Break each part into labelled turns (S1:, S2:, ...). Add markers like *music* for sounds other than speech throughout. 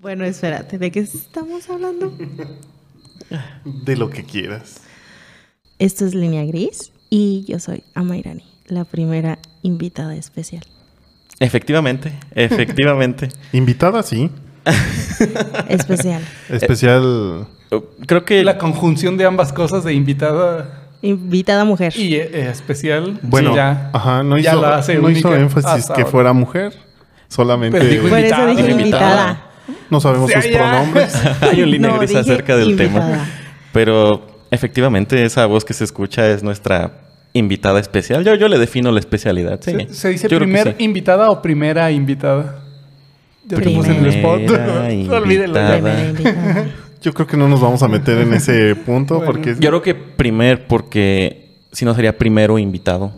S1: Bueno, espérate, ¿de qué estamos hablando?
S2: De lo que quieras.
S1: Esto es Línea Gris y yo soy Amairani, la primera invitada especial.
S3: Efectivamente, *laughs* efectivamente.
S2: Invitada, sí.
S3: *laughs*
S1: Especial.
S2: Especial.
S4: Eh,
S3: Oh, Creo que *laughs*
S4: La conjunción de ambas cosas, de invitada
S1: Invitada mujer.
S4: y eh, especial,
S2: bueno,
S4: sí, ya.
S2: ajá, no
S4: ya
S2: hizo,
S4: la hace
S2: no hizo
S4: única Pues
S2: énfasis
S4: hasta
S2: que
S4: ahora.
S2: fuera mujer. Solamente
S4: Pero dijo
S1: Por eso
S4: invitada.
S1: dije invitada.
S3: Invitada.
S2: no sabemos
S4: Sí,
S2: sus
S4: ya.
S2: pronombres.
S3: hay un línea
S1: No,
S3: gris
S1: dije
S3: acerca del
S1: invitada.
S3: tema. Pero efectivamente esa voz que se escucha es nuestra invitada especial. Yo, yo le defino la especialidad. sí.
S4: *laughs* ¿Se, se dice
S3: Yo creo que
S4: primer
S3: sí.
S4: invitada o primera invitada? Ya te puse en el spot. *laughs*
S3: Primera
S4: Olvídelo.
S3: invitada.
S1: Primera invitada.
S3: *laughs*
S2: Yo creo que no nos vamos a meter en
S4: *laughs*
S2: ese punto
S4: Bueno.
S2: porque
S3: Yo creo que primer porque si no sería primero invitado.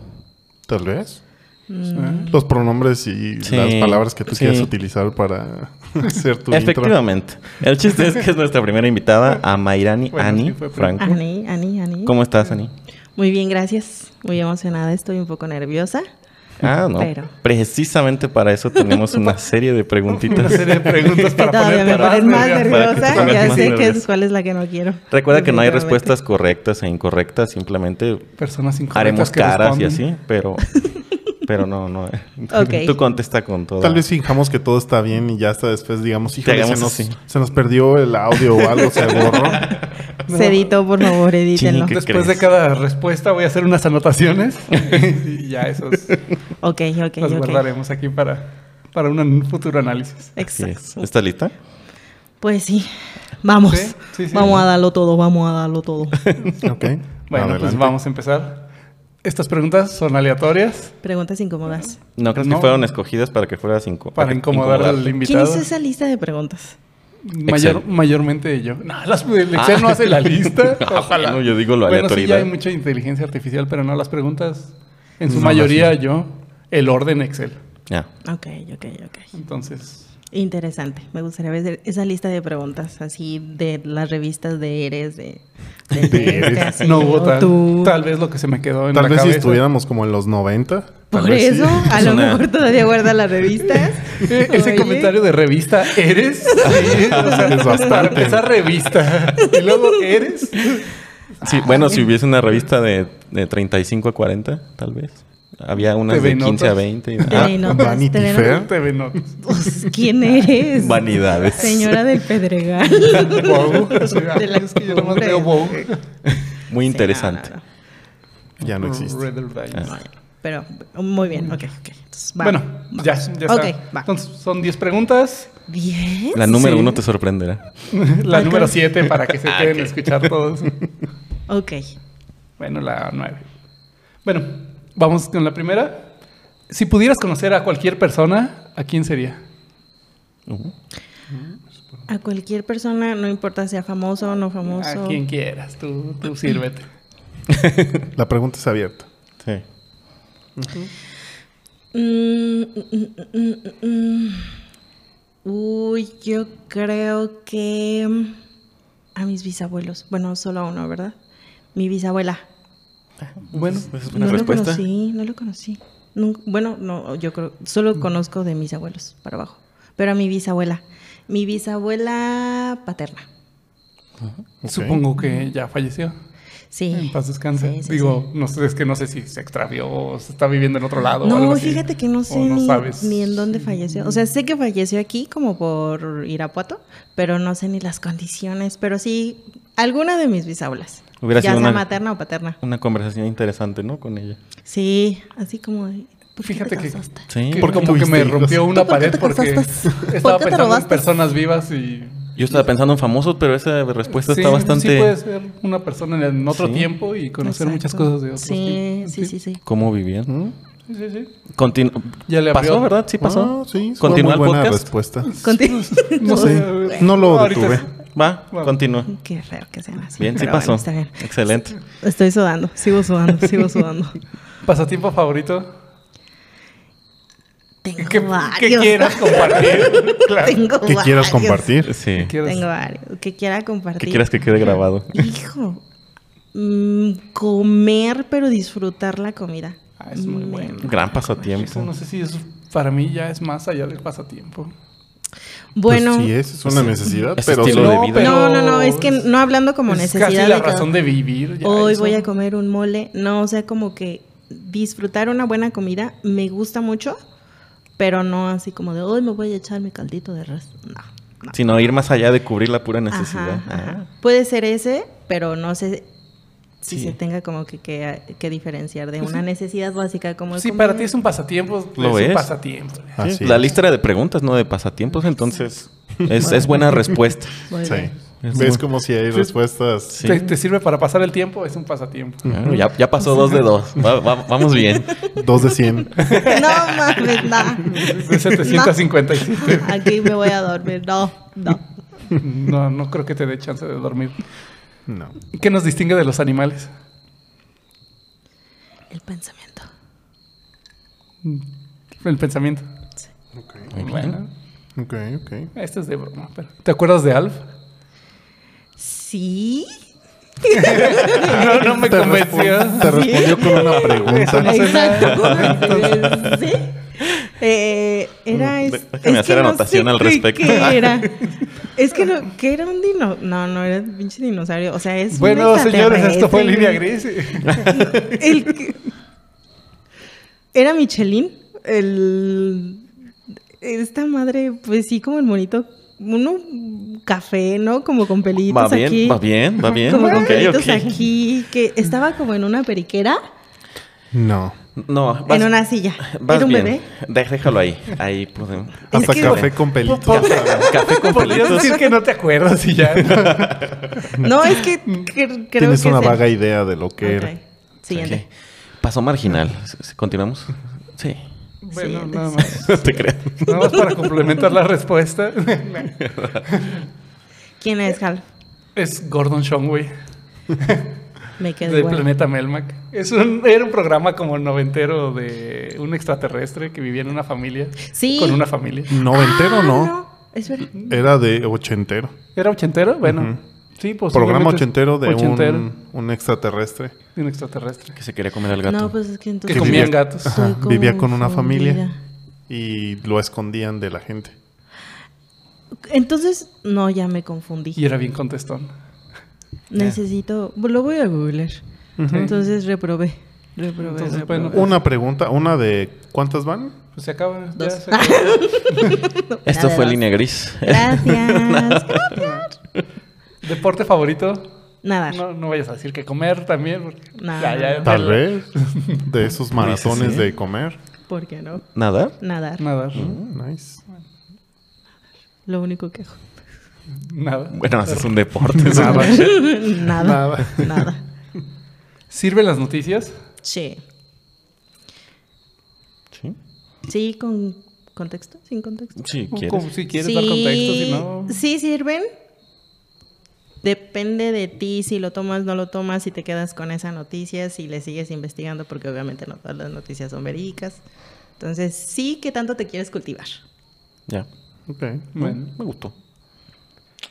S2: tal vez
S1: Mm.
S2: los pronombres y
S3: Sí,
S2: las palabras que tú
S3: sí.
S2: quieras utilizar para *laughs* hacer tu intro.
S3: Efectivamente. El chiste es que es nuestra primera
S4: *laughs*
S3: invitada, a Mayrani
S4: Bueno,
S3: Ani
S4: sí fue primero.
S3: Franco.
S1: Ani, Ani, Ani.
S3: ¿Cómo estás, Ani?
S1: Muy bien, gracias. Muy emocionada, estoy un poco nerviosa.
S3: Ah, no.
S1: Pero-
S3: Precisamente para eso tenemos una serie de
S4: *laughs* Una
S3: preguntitas.
S4: *laughs* serie de preguntas
S1: Que
S3: *laughs*
S4: para
S1: todavía me
S4: ponerte
S1: pones más
S3: nerviosa.
S1: nerviosa.
S3: Para que te
S1: Ya
S3: pongas
S1: sé
S3: más
S1: que es,
S3: nerviosa.
S1: cuál es la que no quiero.
S3: Recuerda que no hay
S1: Definitivamente.
S3: respuestas correctas e incorrectas, simplemente
S4: Personas incorrectas
S3: haremos
S4: que
S3: caras y
S4: responden.
S3: así, pero pero no, no.
S1: Ok.
S3: Tú contesta con todo.
S2: Tal vez fijamos que todo está bien y ya hasta después digamos, híjole, se
S3: hagamos
S2: nos,
S3: así.
S2: se nos perdió el audio o algo, se borró.
S4: No.
S1: Se editó, por favor, edítenlo.
S3: ¿Qué
S4: Después
S3: crees?
S4: de cada respuesta voy a hacer unas anotaciones *laughs* y ya esos
S1: Ok, ok,
S4: los
S1: ok.
S4: guardaremos aquí para, para un futuro análisis.
S3: Así es.
S1: Exacto.
S3: ¿Estás lista?
S1: Pues sí, vamos.
S4: Sí, sí, sí.
S1: Vamos a darlo todo, vamos a darlo todo.
S2: Ok.
S4: *laughs* Bueno, pues
S2: adelante.
S4: vamos a empezar. Estas preguntas son aleatorias
S1: Preguntas incómodas.
S3: No crees
S4: No.
S3: que fueron escogidas para que fueras inco-
S4: para incomodar al
S1: ¿Quién
S4: invitado.
S1: hizo esa lista de preguntas?
S4: Mayor,
S3: Excel.
S4: mayormente yo. No, las, el
S3: Ah.
S4: Excel no hace
S2: *laughs*
S3: *laughs*
S4: la lista.
S3: Ah,
S4: Ojalá.
S3: bueno, yo digo la
S4: Bueno, sí, ya
S3: aleatoriedad.
S4: hay mucha inteligencia artificial, pero no, las preguntas, en su
S2: No,
S4: mayoría yo, el orden Excel.
S3: Ya.
S1: Ok, ok, ok.
S4: Entonces,
S1: Interesante. Me gustaría ver esa lista de preguntas, así de las revistas de Eres, de... de-
S2: De
S1: de-
S2: Eres.
S1: así,
S4: no
S1: o
S4: hubo tal,
S1: tú.
S4: tal vez lo que se me quedó en
S2: Tal
S4: la
S2: vez si
S4: cabeza.
S2: estuviéramos como en los 90.
S1: Por
S2: tal vez sí.
S1: eso, a
S3: Es
S1: lo
S3: una-
S1: mejor todavía guarda las revistas.
S4: Eh, Ese
S1: Oye.
S4: comentario de revista,
S2: *laughs*
S4: ¿eres? Sí, o sea,
S2: Es bastante.
S4: Para empezar, revista. Y luego, ¿eres?
S3: Sí, bueno, si hubiese una revista de, de 35 a 40, tal vez. Había unas de
S4: TV
S3: 15 a
S4: Notas.
S1: *laughs*
S3: 20. y-
S1: De
S3: Ah,
S1: notas,
S2: Vanity
S1: te ven-
S2: Fair.
S4: TV Notas.
S1: Pues, ¿Quién eres?
S3: vanidades.
S1: Señora del Pedregal.
S4: *laughs* Wow. *laughs* ah,
S1: De la
S4: Es que yo nomás
S1: cumbre.
S4: veo wow.
S3: Muy
S1: Sí, no,
S3: interesante.
S1: no, no.
S2: Ya no existe.
S4: Red Alliance.
S3: Ah.
S1: Pero muy bien, ok, ok. Entonces, va,
S4: Bueno,
S1: va.
S4: ya, ya está.
S1: Ok, va.
S4: Entonces, son 10 preguntas. *laughs*
S1: ¿Diez?
S3: La número
S4: Sí.
S3: uno te sorprenderá.
S4: La
S1: Ok.
S4: número 7 para
S2: *laughs*
S4: que se
S3: Ah,
S4: queden
S3: ok.
S4: a escuchar todos.
S1: Ok.
S4: Bueno, la 9. Bueno, vamos con la primera. Si pudieras conocer a cualquier persona, ¿a quién sería?
S1: A cualquier persona, no importa sea famoso o no famoso.
S4: A quien quieras, tú, tú sírvete.
S2: La pregunta es abierta.
S3: Sí.
S1: Mm, mm, mm, mm, mm. Uy, yo creo que mm, a mis bisabuelos. Bueno, solo a uno, ¿verdad? Mi bisabuela.
S4: Bueno,
S3: Pues es una
S1: No lo
S3: respuesta.
S1: conocí, no lo conocí. Nunca- bueno, no, yo creo,
S4: Mm.
S1: solo conozco de mis abuelos para abajo. Pero a mi bisabuela. Mi bisabuela paterna.
S2: Ok.
S4: supongo que ya falleció.
S1: Sí.
S4: En paz descanse.
S1: Sí, sí,
S4: Digo, no sé, es que no sé si se extravió o se está viviendo en otro lado. o algo
S1: No,
S4: así.
S1: fíjate que no
S4: O
S1: sé
S4: no
S1: ni,
S4: sabes.
S1: ni en dónde falleció. O sea, sé que falleció aquí como por Irapuato, pero no sé ni las condiciones. Pero sí, alguna de mis bisabuelas.
S3: Hubiera
S1: ya
S3: sido
S1: sea
S3: una-
S1: materna o paterna.
S3: Una conversación interesante, ¿no? Con ella.
S1: Sí, así como... de, ¿por qué
S4: Fíjate
S1: te
S4: que-
S1: casaste?
S3: Sí.
S4: Que
S2: ¿Por qué
S4: como que me
S2: tuviste hijos?
S4: rompió una
S1: ¿Tú por qué
S4: pared
S1: te
S4: porque *laughs*
S1: casaste?
S4: estaba
S1: ¿Por qué te
S4: pensando en
S1: robaste?
S4: personas vivas y
S3: Yo estaba pensando en famosos, pero esa
S2: Pues
S3: respuesta
S4: Sí,
S3: está bastante...
S4: Sí, puede ser una persona en otro
S3: Sí.
S4: tiempo y conocer
S1: Exacto.
S4: muchas cosas de otro
S1: Sí,
S4: tiempo.
S1: sí, sí, sí.
S3: ¿Cómo vivían?
S2: ¿Mm?
S4: Sí, sí, sí.
S1: *laughs*
S3: Continu-
S4: Ya le abrió.
S3: ¿Pasó, verdad? Sí, pasó.
S2: Ah, sí, fue
S3: ¿Continúa
S2: muy
S3: el
S2: buena
S3: podcast?
S2: respuesta.
S1: Contigo.
S4: No
S2: Sí.
S4: sé.
S2: *laughs* No lo
S4: Ahorita
S2: detuve.
S4: es-
S3: Va,
S4: Bueno.
S3: continúa.
S1: Qué raro que sean así.
S3: Bien, sí
S1: pero
S3: pasó.
S1: bueno, está bien.
S3: Excelente.
S1: Estoy sudando, sigo sudando,
S4: *laughs*
S1: sigo sudando.
S4: ¿Pasatiempo favorito?
S1: Tengo
S4: ¿Qué,
S1: varios.
S4: qué
S1: *laughs*
S4: quieras compartir? claro.
S1: Tengo
S2: ¿Qué quieras
S1: varios.
S2: compartir?
S3: Sí.
S4: ¿Quieres-
S1: Tengo varios. Que quiera compartir.
S3: ¿Qué quieras que quede grabado?
S1: Hijo, mm, comer pero disfrutar la comida.
S4: Ah, es muy bueno.
S3: Gran
S1: pasatiempo.
S4: Eso
S3: pasatiempo.
S4: no sé si es para mí ya es más allá del pasatiempo.
S1: Bueno,
S2: Pues sí, es, es una necesidad,
S3: es
S2: pero
S3: estilo
S2: solo-
S3: de vida.
S4: pero-
S1: no, no, no, es que no hablando como
S4: es
S1: necesidad.
S4: Casi la
S1: de que
S4: razón de vivir. ya
S1: hoy
S4: eso.
S1: voy a comer un mole. No, o sea, como que disfrutar una buena comida me gusta mucho, pero no así como de hoy me voy a echar mi caldito de res. No, no.
S3: Sino ir más allá de cubrir la pura
S1: Ajá,
S3: necesidad.
S1: ajá.
S3: Ah.
S1: Puede ser ese, pero no sé si
S3: Sí.
S1: se tenga como que, que, que diferenciar de una necesidad básica como
S4: Pues Sí,
S1: comer.
S4: para ti es un pasatiempo.
S3: Lo
S4: es,
S3: es.
S4: un pasatiempo.
S2: Así
S3: Sí,
S2: es.
S3: La lista era de preguntas, no de pasatiempos, entonces es, es buena respuesta.
S1: Muy
S2: Sí.
S1: bien.
S3: Es
S2: Ves
S3: muy-
S2: como si hay respuestas.
S3: Sí.
S4: Te, te sirve para pasar el tiempo, es
S1: *laughs*
S4: un pasatiempo.
S3: Bueno, Ah, ya, ya pasó dos de dos. Va- va- vamos bien.
S2: Dos de
S3: *laughs*
S2: 100.
S1: No mames, no.
S4: De 757.
S1: Aquí me voy a dormir. No, no.
S4: No, no creo que te dé chance de dormir.
S2: No.
S4: ¿Qué nos distingue de los animales?
S1: El pensamiento.
S4: El pensamiento.
S2: Ok,
S3: Muy bien.
S4: Bueno,
S2: ok. ok.
S4: esto es de broma. pero- ¿Te acuerdas de
S1: *laughs*
S4: Alf?
S1: Sí.
S4: No, no me
S2: Te,
S4: convenció.
S2: respon- te respondió con una
S4: Eso Ah, no *laughs*
S2: pregunta.
S4: sé Ah,
S1: Exacto. sí. Eh, era
S3: Mm,
S1: es,
S3: déjame
S1: es que
S3: hacer
S1: no
S3: anotación
S1: sé
S3: al
S1: qué-
S3: respecto.
S4: *laughs*
S1: qué era. Es que no, que era un dino. No, no era un pinche dinosaurio. O sea, es. un
S4: Bueno, señores, esto fue
S1: extraterrestre,
S4: Línea
S1: güey.
S4: Gris.
S1: El que- Era Michelin. El. Esta madre, pues sí, como el monito. Uno café, ¿no? Como con pelitos
S3: Va bien,
S1: aquí.
S3: va bien, va bien.
S1: Como con
S3: Ok,
S1: pelitos
S3: ok.
S1: aquí. Que estaba como en una periquera.
S2: No.
S3: No, vas-
S1: en una silla.
S3: vas
S1: Era un
S3: bien.
S1: bebé.
S3: De- déjalo ahí. Ahí podemos.
S2: Hasta
S1: que-
S2: café con pelitos.
S3: Café con
S4: *laughs* Podrías
S3: pelitos.
S4: decir que no te acuerdas y ya.
S1: No, es que cre- creo
S2: Mm. Tienes
S1: que
S2: una
S1: es él.
S2: vaga idea de lo que
S1: Ok.
S2: era.
S1: Siguiente.
S3: Ok. Paso marginal. ¿Continuamos? Sí.
S4: Bueno,
S1: Sí,
S4: nada más.
S3: No te creas.
S4: *laughs* Nada más para complementar la respuesta. *laughs*
S1: *laughs* ¿Quién es Hal?
S4: Es Gordon Shumway
S1: Me quedé
S4: de
S1: igual.
S4: Planeta Melmac. Es un, era un programa como noventero de un extraterrestre que vivía en una familia.
S1: Sí.
S4: Con una familia.
S2: ¿Noventero
S1: Ah,
S2: no?
S1: Es verdad.
S2: Era de ochentero.
S4: ¿Era ochentero? Bueno. Sí, pues.
S2: Programa
S4: obviamente es
S2: ochentero de
S4: ochentero,
S2: un, un extraterrestre.
S4: de un extraterrestre.
S3: Que se quería comer al gato.
S1: No, pues es que entonces.
S4: Que comían gatos.
S1: Estoy
S2: Ajá, Vivía con una
S1: confundida.
S2: familia y lo escondían de la gente.
S1: Entonces, no, ya me confundí.
S4: Y era bien contestón.
S1: Necesito. Lo voy a googlear. Entonces reprobé. Reprobé.
S4: Entonces,
S1: reprobé.
S4: bueno,
S2: Una pregunta, una de ¿cuántas van?
S4: pues se acaba. Ya
S1: Dos.
S4: se acaba. *laughs*
S3: Esto
S1: Nada
S3: fue
S1: más.
S3: línea gris.
S1: Gracias.
S4: ¿Deporte favorito?
S1: Nadar.
S4: No, no vayas a decir que comer también. porque-
S1: No,
S4: Ya, ya, Pues
S1: no, no.
S2: Tal
S4: ya-
S2: vez *laughs* de esos maratones
S3: sí.
S2: de comer.
S1: ¿Por qué no?
S3: Nada.
S1: Nadar.
S4: Nadar.
S2: Mm, Nice.
S1: Lo único que hago. *laughs*
S4: Nada.
S2: *laughs*
S3: Bueno, es un deporte. es un-
S4: Nada.
S1: Nada.
S2: Nada.
S1: Nada.
S4: ¿Sirven las noticias?
S1: Sí.
S3: Sí.
S1: Sí, con contexto, sin contexto.
S3: Si
S4: Como
S3: quieres.
S4: Si quieres
S1: sí,
S4: dar contexto, si no.
S1: Sí sirven. Depende de ti si lo tomas, no lo tomas, si te quedas con esa noticia, si le sigues investigando, porque obviamente no todas las noticias son verídicas. Entonces, sí, ¿qué tanto te quieres cultivar?
S3: Ya.
S2: Ok.
S4: Bueno,
S3: Me gustó.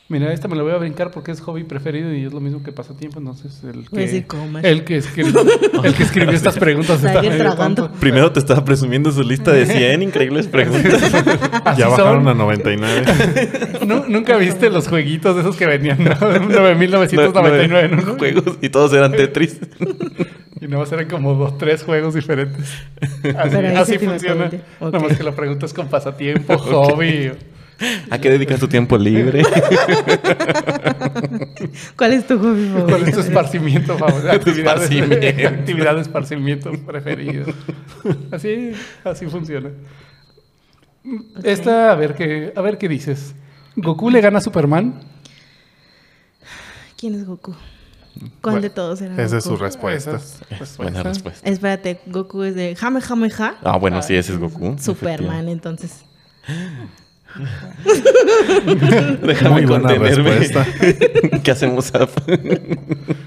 S4: mira, esta me la voy a brincar porque es hobby preferido y es lo mismo que pasatiempo. Entonces, el
S1: Voy a
S4: que,
S1: decir comer.
S4: el que, escribió,
S1: *laughs*
S4: el que escribió estas preguntas *laughs* está
S1: Seguir
S4: medio
S1: tragando.
S4: tonto.
S3: Primero te estaba presumiendo su lista de 100 increíbles *laughs* preguntas.
S4: Así
S2: Ya bajaron
S4: son.
S2: a 99.
S4: *laughs* Nu- ¿Nunca viste los jueguitos de esos que venían? ¿no? *laughs* 9.999 en un juego.
S3: juegos y todos eran Tetris.
S4: Y no eran como dos, tres juegos diferentes. Así,
S1: Pero ese
S4: así
S1: sí me
S4: funciona.
S1: acordé.
S4: Nada más
S1: Ok.
S4: que la pregunta es con
S2: *laughs*
S4: pasatiempo, hobby.
S3: ¿A qué dedicas tu tiempo libre?
S1: ¿Cuál es tu hobby
S4: *laughs* ¿Cuál es tu
S1: favorito?
S4: este esparcimiento
S3: *laughs*
S4: favorito? Actividad
S3: esparcimiento.
S4: actividad de esparcimiento preferida. Así, así funciona. Esta, a ver qué, a ver qué dices. ¿Goku le gana a Superman?
S1: ¿Quién es Goku? ¿Cuál
S2: Bueno,
S1: de todos era
S2: Esa es
S1: Goku?
S2: su respuesta.
S4: Esas
S3: Es Pues, eh, buena
S4: respuestas.
S3: respuesta.
S1: Espérate, Goku es de Jame Jame Ja,
S3: Ah, bueno, sí, ese es Goku.
S1: Superman,
S4: *laughs*
S1: entonces.
S3: Efectivamente. Déjame
S2: Muy buena
S3: contenerme. *laughs*
S2: respuesta.
S3: ¿Qué hacemos? *laughs* Zaf?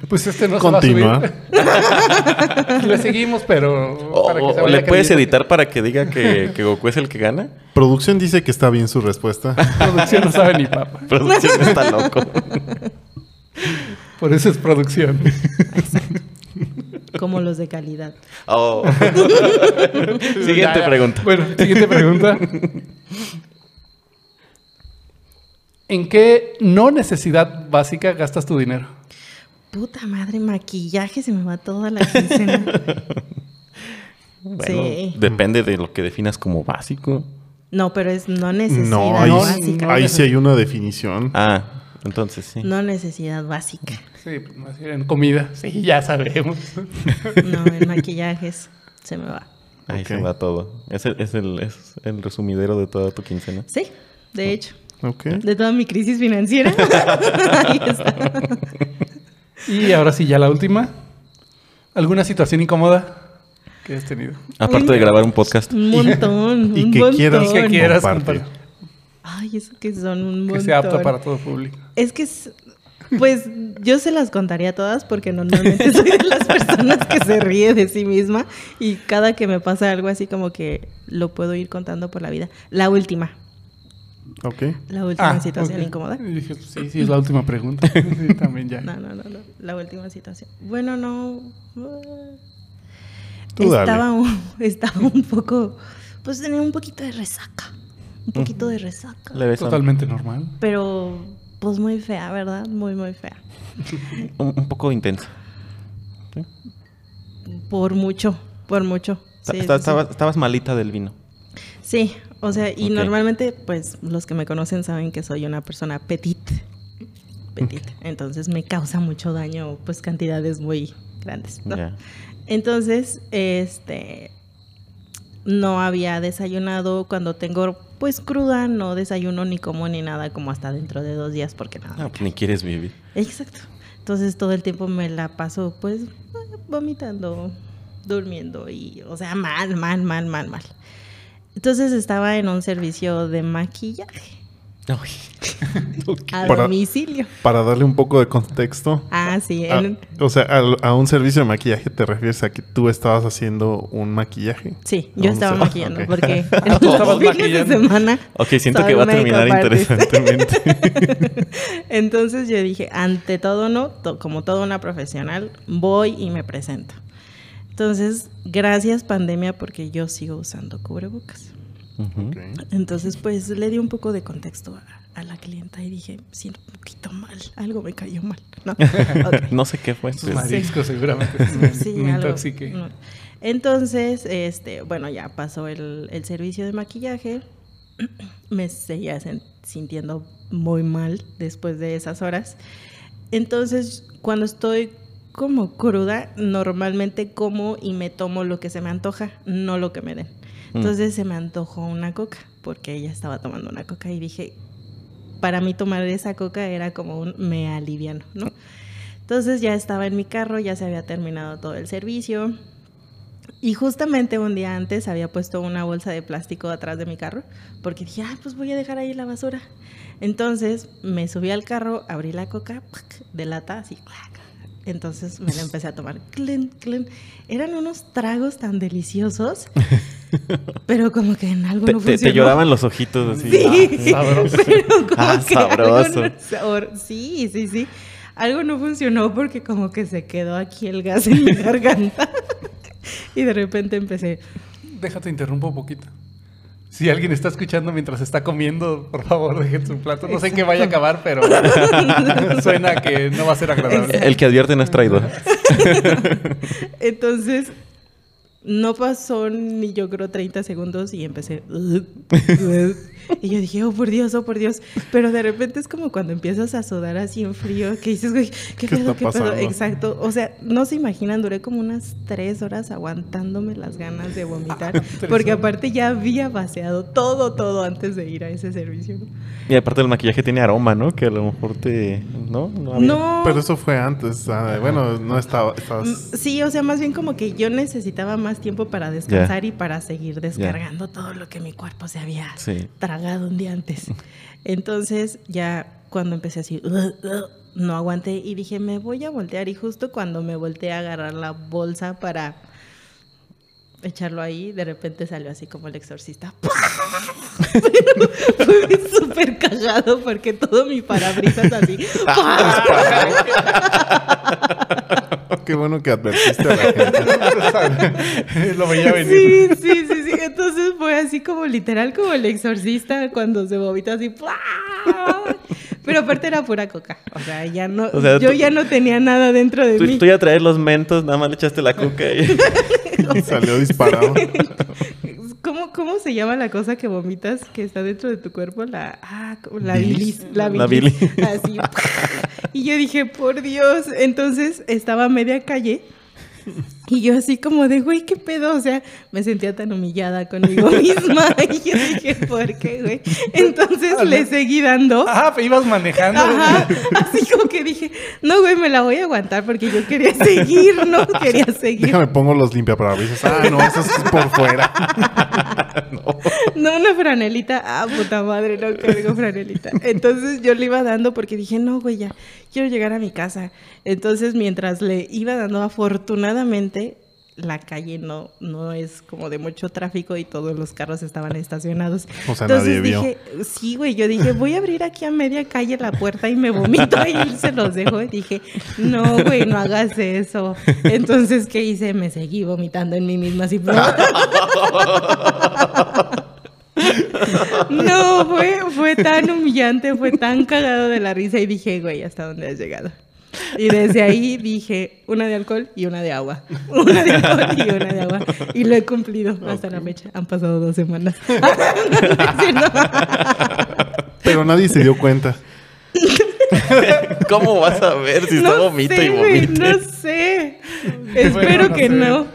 S4: Pues este no
S2: Continúa.
S4: se va a subir. Le seguimos, pero
S3: O-
S4: para que se
S3: o
S4: vaya
S3: ¿Le puedes
S4: creyendo
S3: editar para que diga que, que Goku es el que gana?
S2: Producción dice que está bien su
S4: *laughs*
S2: respuesta.
S4: que Producción no sabe ni papa.
S3: Producción está
S4: *laughs*
S3: loco.
S4: Por eso es producción.
S1: Como los de calidad.
S3: Oh. *laughs* Siguiente
S4: Ya, ya.
S3: pregunta.
S4: Bueno, siguiente pregunta. ¿En qué no necesidad básica gastas tu dinero?
S1: Puta madre, maquillaje, se me va toda la quincena.
S3: Bueno,
S1: Sí.
S3: depende de lo que definas como básico.
S1: No, pero es no necesidad
S2: No, ahí,
S1: básica.
S2: ahí sí hay una definición.
S3: Ah, entonces sí.
S1: No necesidad
S2: *laughs*
S1: básica.
S4: Sí, pues, más bien en comida. Sí, ya sabemos.
S1: No, en maquillajes se me va.
S3: Ahí
S2: Ok.
S3: se va todo. Es el, es, el, es el resumidero de toda tu quincena.
S1: Sí, de hecho.
S2: Ok.
S1: De toda mi crisis
S4: *laughs*
S1: financiera. Ahí está.
S4: Y ahora sí, ya la última. ¿Alguna situación incómoda que has tenido?
S3: Aparte de grabar un podcast.
S1: Un montón.
S2: Y
S1: un
S2: que
S1: montón.
S2: quieras-
S4: Y que quieras
S2: Comparte.
S4: compartir.
S1: Ay, eso que son un montón.
S4: Que sea apta para todo público.
S1: Es que, es- pues, yo se las contaría todas porque normalmente *laughs* soy de las personas que se ríe de sí misma y cada que me pasa algo así como que lo puedo ir contando por la vida. La última,
S2: Ok.
S1: la última
S4: Ah,
S1: situación
S4: ok.
S1: incómoda.
S4: Y dije, pues, sí, sí, es la última *laughs* pregunta. Sí, también ya.
S1: No, no, no, no, la última situación. Bueno, no. eh,
S2: Tú dale.
S1: estaba, un, *laughs* estaba un poco, pues tenía un poquito de resaca, un poquito de resaca.
S3: Le ves a-
S4: Totalmente normal.
S1: Pero, pues muy fea, ¿verdad? Muy, muy fea.
S3: un, un poco intenso. Sí.
S1: Por mucho, por mucho.
S3: Esta-
S1: Sí,
S3: esta-
S1: sí, sí.
S3: estabas- estabas malita del vino.
S1: Sí, o sea, y
S3: Ok.
S1: normalmente, pues los que me conocen saben que soy una persona petit. Petit. Entonces me causa mucho daño, pues cantidades muy grandes. ¿no?
S3: Ya.
S1: Entonces, este. No había desayunado cuando tengo, pues cruda, no desayuno ni como ni nada, como hasta dentro de dos días, porque nada.
S3: Ah, pues ni quieres vivir.
S1: Exacto. Entonces todo el tiempo me la paso pues vomitando, durmiendo y, o sea, mal, mal, mal, mal, mal. Entonces estaba en un servicio de maquillaje
S3: Ay.
S1: a
S2: Para-
S1: domicilio.
S2: Para darle un poco de contexto.
S1: Ah, sí.
S2: a-
S1: en-
S2: o sea, al- a, un servicio de maquillaje te refieres a que tú estabas haciendo un maquillaje.
S1: Sí, yo
S2: No,
S1: estaba
S2: o sea,
S1: maquillando
S2: ok.
S1: porque
S4: tú
S1: los
S4: estabas
S1: fines de
S4: maquillando.
S1: semana.
S3: Ok, siento
S1: soy
S3: que va a terminar
S1: makeup artist. *laughs*
S3: interesantemente.
S1: Entonces yo dije, ante todo, no, To- como toda una profesional, voy y me presento. Entonces, gracias pandemia porque yo sigo usando cubrebocas.
S3: Ujú.
S2: Ok.
S1: Entonces, pues le di un poco de contexto a, a la clienta y dije, siento un poquito mal, algo me cayó mal. ¿no? Ok.
S3: *laughs* No sé qué fue.
S4: Sus
S3: pues.
S4: mariscos *laughs* seguramente. Me,
S1: Sí,
S4: me
S1: algo,
S4: intoxiqué.
S1: no. Entonces, este, bueno, ya pasó el, el servicio de maquillaje. *clears throat* Me seguía sen- sintiendo muy mal después de esas horas. Entonces, cuando estoy como cruda, normalmente como y me tomo lo que se me antoja, no lo que me den. Entonces se me antojó una coca, porque ella estaba tomando una coca y dije, para mí tomar esa coca era como un me aliviano, ¿no? Entonces ya estaba en mi carro, ya se había terminado todo el servicio. Y justamente un día antes había puesto una bolsa de plástico atrás de mi carro porque dije, ah, pues voy a dejar ahí la basura. Entonces me subí al carro, abrí la coca ¡pac! de lata, así. ¡clac! Entonces me la empecé a tomar. ¡Clen, clen! Eran unos tragos tan
S3: *laughs*
S1: deliciosos, pero como que en algo
S3: Te,
S1: no
S3: te- te
S1: funcionó.
S3: lloraban los ojitos así.
S1: Sí,
S4: Ah, sabroso.
S1: *laughs* pero como
S3: Ah,
S1: que algo no-
S3: sabroso.
S1: sabor- sí, sí, sí. Algo no funcionó porque como que se quedó aquí el gas en mi *laughs* garganta. y de repente empecé.
S3: *laughs*
S4: Déjate interrumpo un poquito. Si alguien está escuchando mientras está comiendo, por favor, dejen su plato. No sé en qué vaya a acabar,
S1: *laughs*
S4: pero suena que no va a ser agradable.
S3: El que advierte no es traidor.
S1: Entonces, no pasó ni yo creo 30 segundos y empecé. *laughs* y yo dije, oh por Dios, oh por Dios. Pero de repente es como cuando empiezas a sudar así en frío, que dices, güey, ¿qué,
S2: ¿Qué
S1: pedo,
S2: está
S1: qué pedo?
S2: pasando?
S1: Exacto. O sea, no se imaginan, duré como unas tres horas aguantándome las ganas de
S2: *laughs*
S1: vomitar.
S4: Tres
S1: porque
S4: horas.
S1: aparte ya había vaciado todo, todo antes de ir a ese servicio.
S3: Y aparte el maquillaje tiene aroma, ¿no? Que a lo mejor te... ¿No? No. había-
S1: No.
S2: Pero eso fue antes. ah, bueno, no estaba.
S1: Mm,
S2: Estabas...
S1: Sí, o sea, más bien como que yo necesitaba más tiempo para descansar y para seguir descargando todo lo que mi cuerpo se había
S3: Sí.
S1: tragado un día antes. Entonces, ya cuando empecé así, no aguanté y dije, me voy a voltear. Y justo cuando me volteé a agarrar la bolsa para echarlo ahí, de repente salió así como el exorcista. *laughs* Pero fue súper cagado porque todo mi parabrisas así. Mm.
S2: *laughs* Qué bueno que advertiste a
S1: *laughs*
S2: la gente.
S4: Lo veía venir.
S1: Sí, sí, sí, sí. Entonces fue así como literal como el exorcista cuando se vomita así. ¡pua! Pero aparte era pura coca. O sea, ya no,
S3: O sea,
S1: yo
S3: tú-
S1: ya no tenía nada dentro de
S3: Tú,
S1: mí.
S3: tú ya traes los mentos, nada más le echaste la cuca y... *laughs*
S2: Y salió disparado.
S1: ¿Cómo, ¿Cómo se llama la cosa que vomitas que está dentro de tu cuerpo? La, ah, como la
S2: ¿Bilis?
S1: bilis. La bilis.
S3: La bilis.
S1: *laughs* Así. y yo dije, por Dios. Entonces estaba a media calle. Y yo así como de, güey, ¿qué pedo? O sea, me sentía tan humillada
S3: *laughs*
S1: conmigo misma. *laughs* y yo dije, ¿por qué, güey? Entonces le seguí dando.
S4: Ah, pero ibas manejando.
S1: Ajá, así como que dije, no, güey, me la voy a aguantar porque yo quería seguir,
S3: *laughs*
S1: no quería seguir.
S2: Déjame pongo los limpiaparabrisas. Ah, no, eso es por fuera.
S1: *laughs* No, una franelita. Ah, puta madre, no cargo franelita. Entonces yo le iba dando porque dije, no, güey, ya quiero llegar a mi casa. Entonces mientras le iba dando, afortunadamente la calle no, no es como de mucho tráfico y todos los carros estaban estacionados.
S2: O sea,
S1: Entonces
S2: nadie vio.
S1: dije, sí, güey, yo dije, voy a abrir aquí a media calle la puerta y me vomito y *laughs* se los dejo. Y dije, no, güey, no hagas eso. Entonces, ¿qué hice? Me seguí vomitando en mí misma así. No, fue, fue tan humillante, fue tan cagado de la risa y dije, güey, ¿hasta dónde has llegado? Y desde ahí dije, una de alcohol y una de agua. *laughs* Una de alcohol y una de agua. Y lo he cumplido hasta la fecha. Han pasado dos semanas. *laughs* Sí, no.
S2: Pero nadie se dio cuenta.
S3: ¿Cómo vas a ver si está vomito
S1: sé,
S3: y
S1: güey,
S3: vomite?
S1: no sé. Espero
S4: no
S1: que
S4: sé.
S1: no.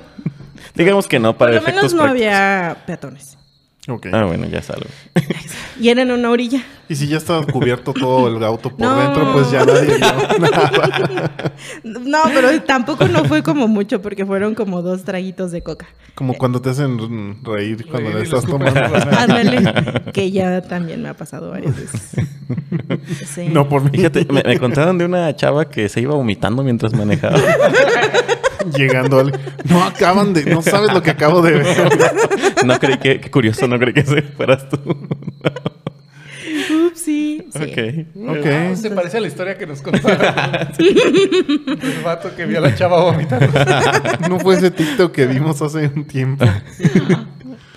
S3: Digamos que no,
S1: Por
S3: para
S1: lo menos
S3: efectos
S1: no
S3: prácticos.
S1: había peatones.
S2: Ok.
S3: Ah, bueno, ya salgo.
S1: Y eran una orilla.
S2: Y si ya estaba cubierto todo el auto por
S1: No.
S2: dentro, pues ya nadie vio *laughs* nada.
S1: No, pero tampoco no fue como mucho porque fueron como dos traguitos de coca.
S2: Como cuando te hacen reír cuando
S4: Reír
S2: le
S4: y los
S2: estás tomando.
S1: *laughs*
S4: cumpleaños.
S1: Ándale, que ya también me ha pasado varias veces. Sí.
S2: No por mí.
S3: Fíjate, me, me contaron de una chava que se iba vomitando mientras manejaba. *laughs*
S2: Llegando al. No acaban de. No sabes lo que acabo de ver.
S3: No creí que... Qué curioso, no creí que se fueras tú.
S1: Ups, sí. sí.
S3: Ok.
S4: Ah,
S2: Ok.
S4: Se parece a la historia que nos
S1: *laughs*
S4: contaron. El vato que vio a la chava vomitando.
S2: No fue ese TikTok que vimos hace un tiempo.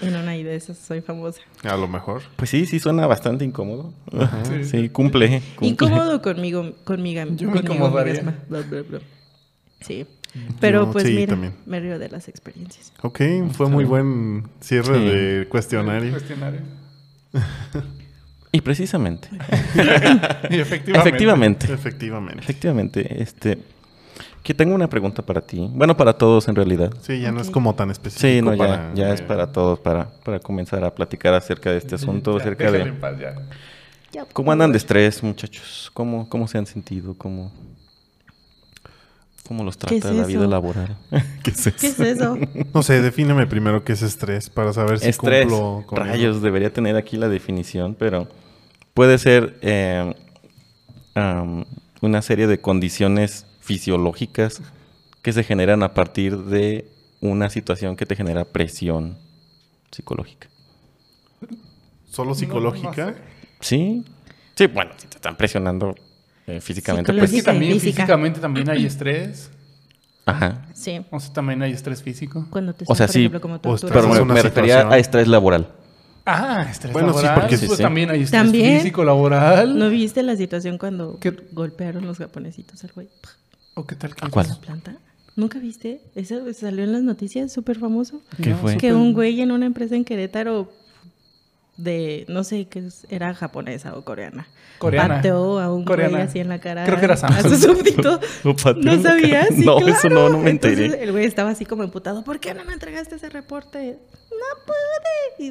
S1: En una idea de esas soy famosa.
S2: A lo mejor.
S3: Pues sí, sí suena bastante incómodo. *laughs* Sí, cumple. cumple.
S1: Incómodo conmigo, conmigo,
S4: Yo me
S1: conmigo
S4: incomodaría.
S1: misma. Bla, bla, bla. Sí. Pero
S2: Yo-
S1: pues
S2: sí,
S1: mira,
S2: también.
S1: me río de las experiencias.
S2: Ok, fue muy buen cierre
S3: Sí.
S2: de cuestionario.
S4: Cuestionario.
S3: Y precisamente. *laughs*
S4: Y efectivamente.
S3: Efectivamente.
S2: Efectivamente.
S3: Efectivamente. Este... Que tengo una pregunta para ti. Bueno, para todos en realidad.
S2: Sí, ya no es
S1: Ok.
S2: como tan específico.
S3: Sí, no, ya,
S2: para-
S3: ya es para todos, para, para comenzar a platicar acerca de este asunto,
S4: Ya,
S3: acerca
S4: déjalo
S3: de...
S4: en paz, ya.
S1: Pues Ya,
S3: ¿Cómo andan de estrés, muchachos? ¿Cómo, cómo se han sentido? ¿Cómo, cómo los trata
S1: ¿Qué es
S3: la vida
S1: eso?
S3: laboral? ¿Qué es
S1: ¿Qué es
S3: *laughs*
S1: eso?
S2: No sé, defíneme primero qué es estrés para saber si
S3: Estrés.
S2: Pues cumplo con
S3: Rayos, debería tener aquí la definición, pero puede ser eh, am, una serie de condiciones fisiológicas que se generan a partir de una situación que te genera presión psicológica.
S2: eso. ¿Solo psicológica?
S4: No, no sé.
S3: Sí, sí, bueno, si te están presionando eh, físicamente,
S4: Pues sí,
S1: Física y
S4: también
S1: física.
S4: físicamente también hay estrés.
S3: pues, ajá.
S1: Sí.
S4: O sea, también hay estrés físico.
S1: Cuando te
S3: O
S1: están,
S3: sea,
S1: por
S3: sí,
S1: ejemplo, como
S2: o
S1: tortura.
S3: Pero
S2: Esa es
S3: me,
S2: una
S3: me refería
S2: situación.
S3: a
S2: *laughs*
S3: estrés laboral.
S4: Ah, estrés
S2: Bueno, sí,
S4: laboral.
S2: porque
S4: pues
S3: sí.
S4: también hay estrés
S1: También.
S4: físico laboral.
S1: ¿No viste la situación cuando
S4: ¿Qué?
S1: golpearon los japonesitos al güey? Pah,
S4: ¿O qué tal que
S3: ¿A cuál?
S1: La planta. ¿Nunca viste? Eso salió en las noticias, súper famoso.
S3: ¿Qué fue?
S1: Que un güey en una empresa en Querétaro de, no sé qué es, era japonesa o coreana.
S4: Coreana.
S1: Pateó a un
S4: Coreana.
S1: güey así en la cara.
S4: Creo que era
S1: A
S4: Samsung.
S1: su súbdito.
S3: Lo pateó en
S1: ¿No
S3: la
S1: sabías?
S3: cara.
S1: Sí,
S3: No,
S1: claro.
S3: eso no, no me enteré.
S1: Entonces, el güey estaba así como emputado. ¿Por qué no me entregaste ese reporte? No pude. Y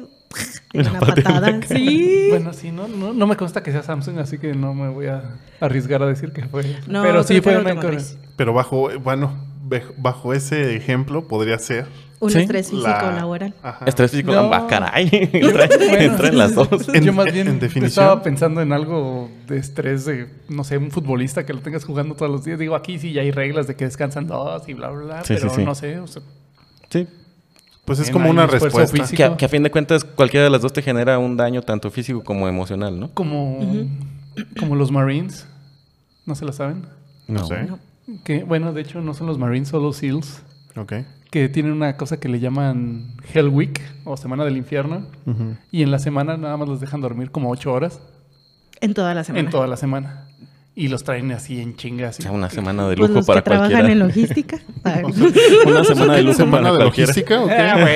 S1: de una patada. Sí.
S4: Bueno, sí, no, no, no me consta que sea Samsung, así que no me voy a arriesgar a decir que fue.
S1: No,
S4: Pero sí
S1: creo que
S4: fue
S1: era
S4: una
S1: automotriz.
S2: Pero bajo, bueno, bej- bajo ese ejemplo podría ser
S1: Un
S3: Sí.
S1: estrés físico
S2: la-
S1: laboral.
S2: Ajá.
S3: Estrés físico,
S4: No.
S3: ah, caray, *laughs*
S1: *laughs*
S3: entra,
S4: *laughs*
S3: entra en las dos.
S4: Yo
S2: En-
S4: más
S2: en
S4: bien
S2: definición.
S4: estaba pensando en algo de estrés de, no sé, un futbolista que lo tengas jugando todos los días. Digo, aquí sí ya hay reglas de que descansan dos y bla, bla, bla.
S3: Sí, sí,
S4: pero
S3: sí.
S4: no sé, o sea,
S3: Sí,
S2: Pues
S3: ¿Eh?
S2: es
S4: En
S2: como
S4: ahí
S2: una
S4: esfuerzo
S2: respuesta.
S4: físico.
S3: Que a, que a fin de cuentas cualquiera de las dos te genera un daño tanto físico como emocional, ¿no?
S4: como, como los Marines, ¿no se la saben?
S2: No,
S3: No.
S2: sé.
S1: No.
S4: Que, bueno, de hecho no son los Marines, son los SEALs,
S2: Ok.
S4: que tienen una cosa que le llaman Hell Week o Semana del Infierno.
S2: Ujú.
S4: Y en la semana nada más los dejan dormir como ocho horas.
S1: En toda la semana.
S4: en toda la semana. Y los traen así en chingas.
S3: O sea, una semana de
S1: Pues
S3: lujo
S1: los
S3: para
S1: que trabajan
S3: cualquiera.
S1: en logística. Ah,
S3: *laughs* Una semana de lujo
S2: ¿Semana
S3: para
S2: de
S3: cualquiera.
S4: *laughs*
S2: logística o
S4: Ah,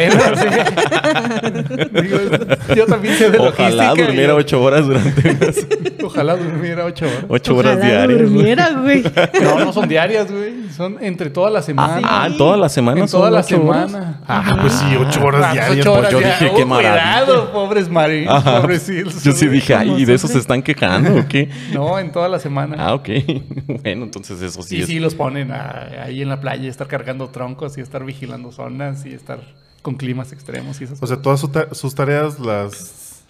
S2: qué?
S4: yo también sé de
S3: Ojalá
S4: logística. y-
S3: durmiera ocho horas durante
S4: *laughs*
S3: unas
S4: Ojalá durmiera ocho horas.
S3: ocho
S1: *laughs*
S3: horas
S1: ojalá
S3: diarias. güey.
S1: durmiera, güey.
S4: No, no son diarias, güey. Son entre toda la semana.
S3: Ah, toda la semana.
S4: en
S3: son
S4: toda la
S3: ocho horas?
S4: semana.
S2: Ah, pues sí, ocho horas
S4: Ah,
S2: diarias.
S4: ocho
S2: pues
S4: horas
S2: yo
S4: diarias.
S2: dije,
S3: dije, qué
S4: Oh,
S3: maravilla.
S4: Cuidado, pobres marines,
S3: Ajá.
S4: pobres seals.
S3: Yo sí dije, ay, ¿y de eso se
S1: siempre.
S3: están quejando o qué?
S4: No, en toda la semana.
S3: Ah, ok. *laughs* Bueno, entonces eso sí
S4: y
S3: es.
S4: sí los ponen a- ahí en la playa, estar cargando troncos y estar vigilando zonas y estar con climas extremos y esas
S2: O sea, todas su ta- sus tareas las,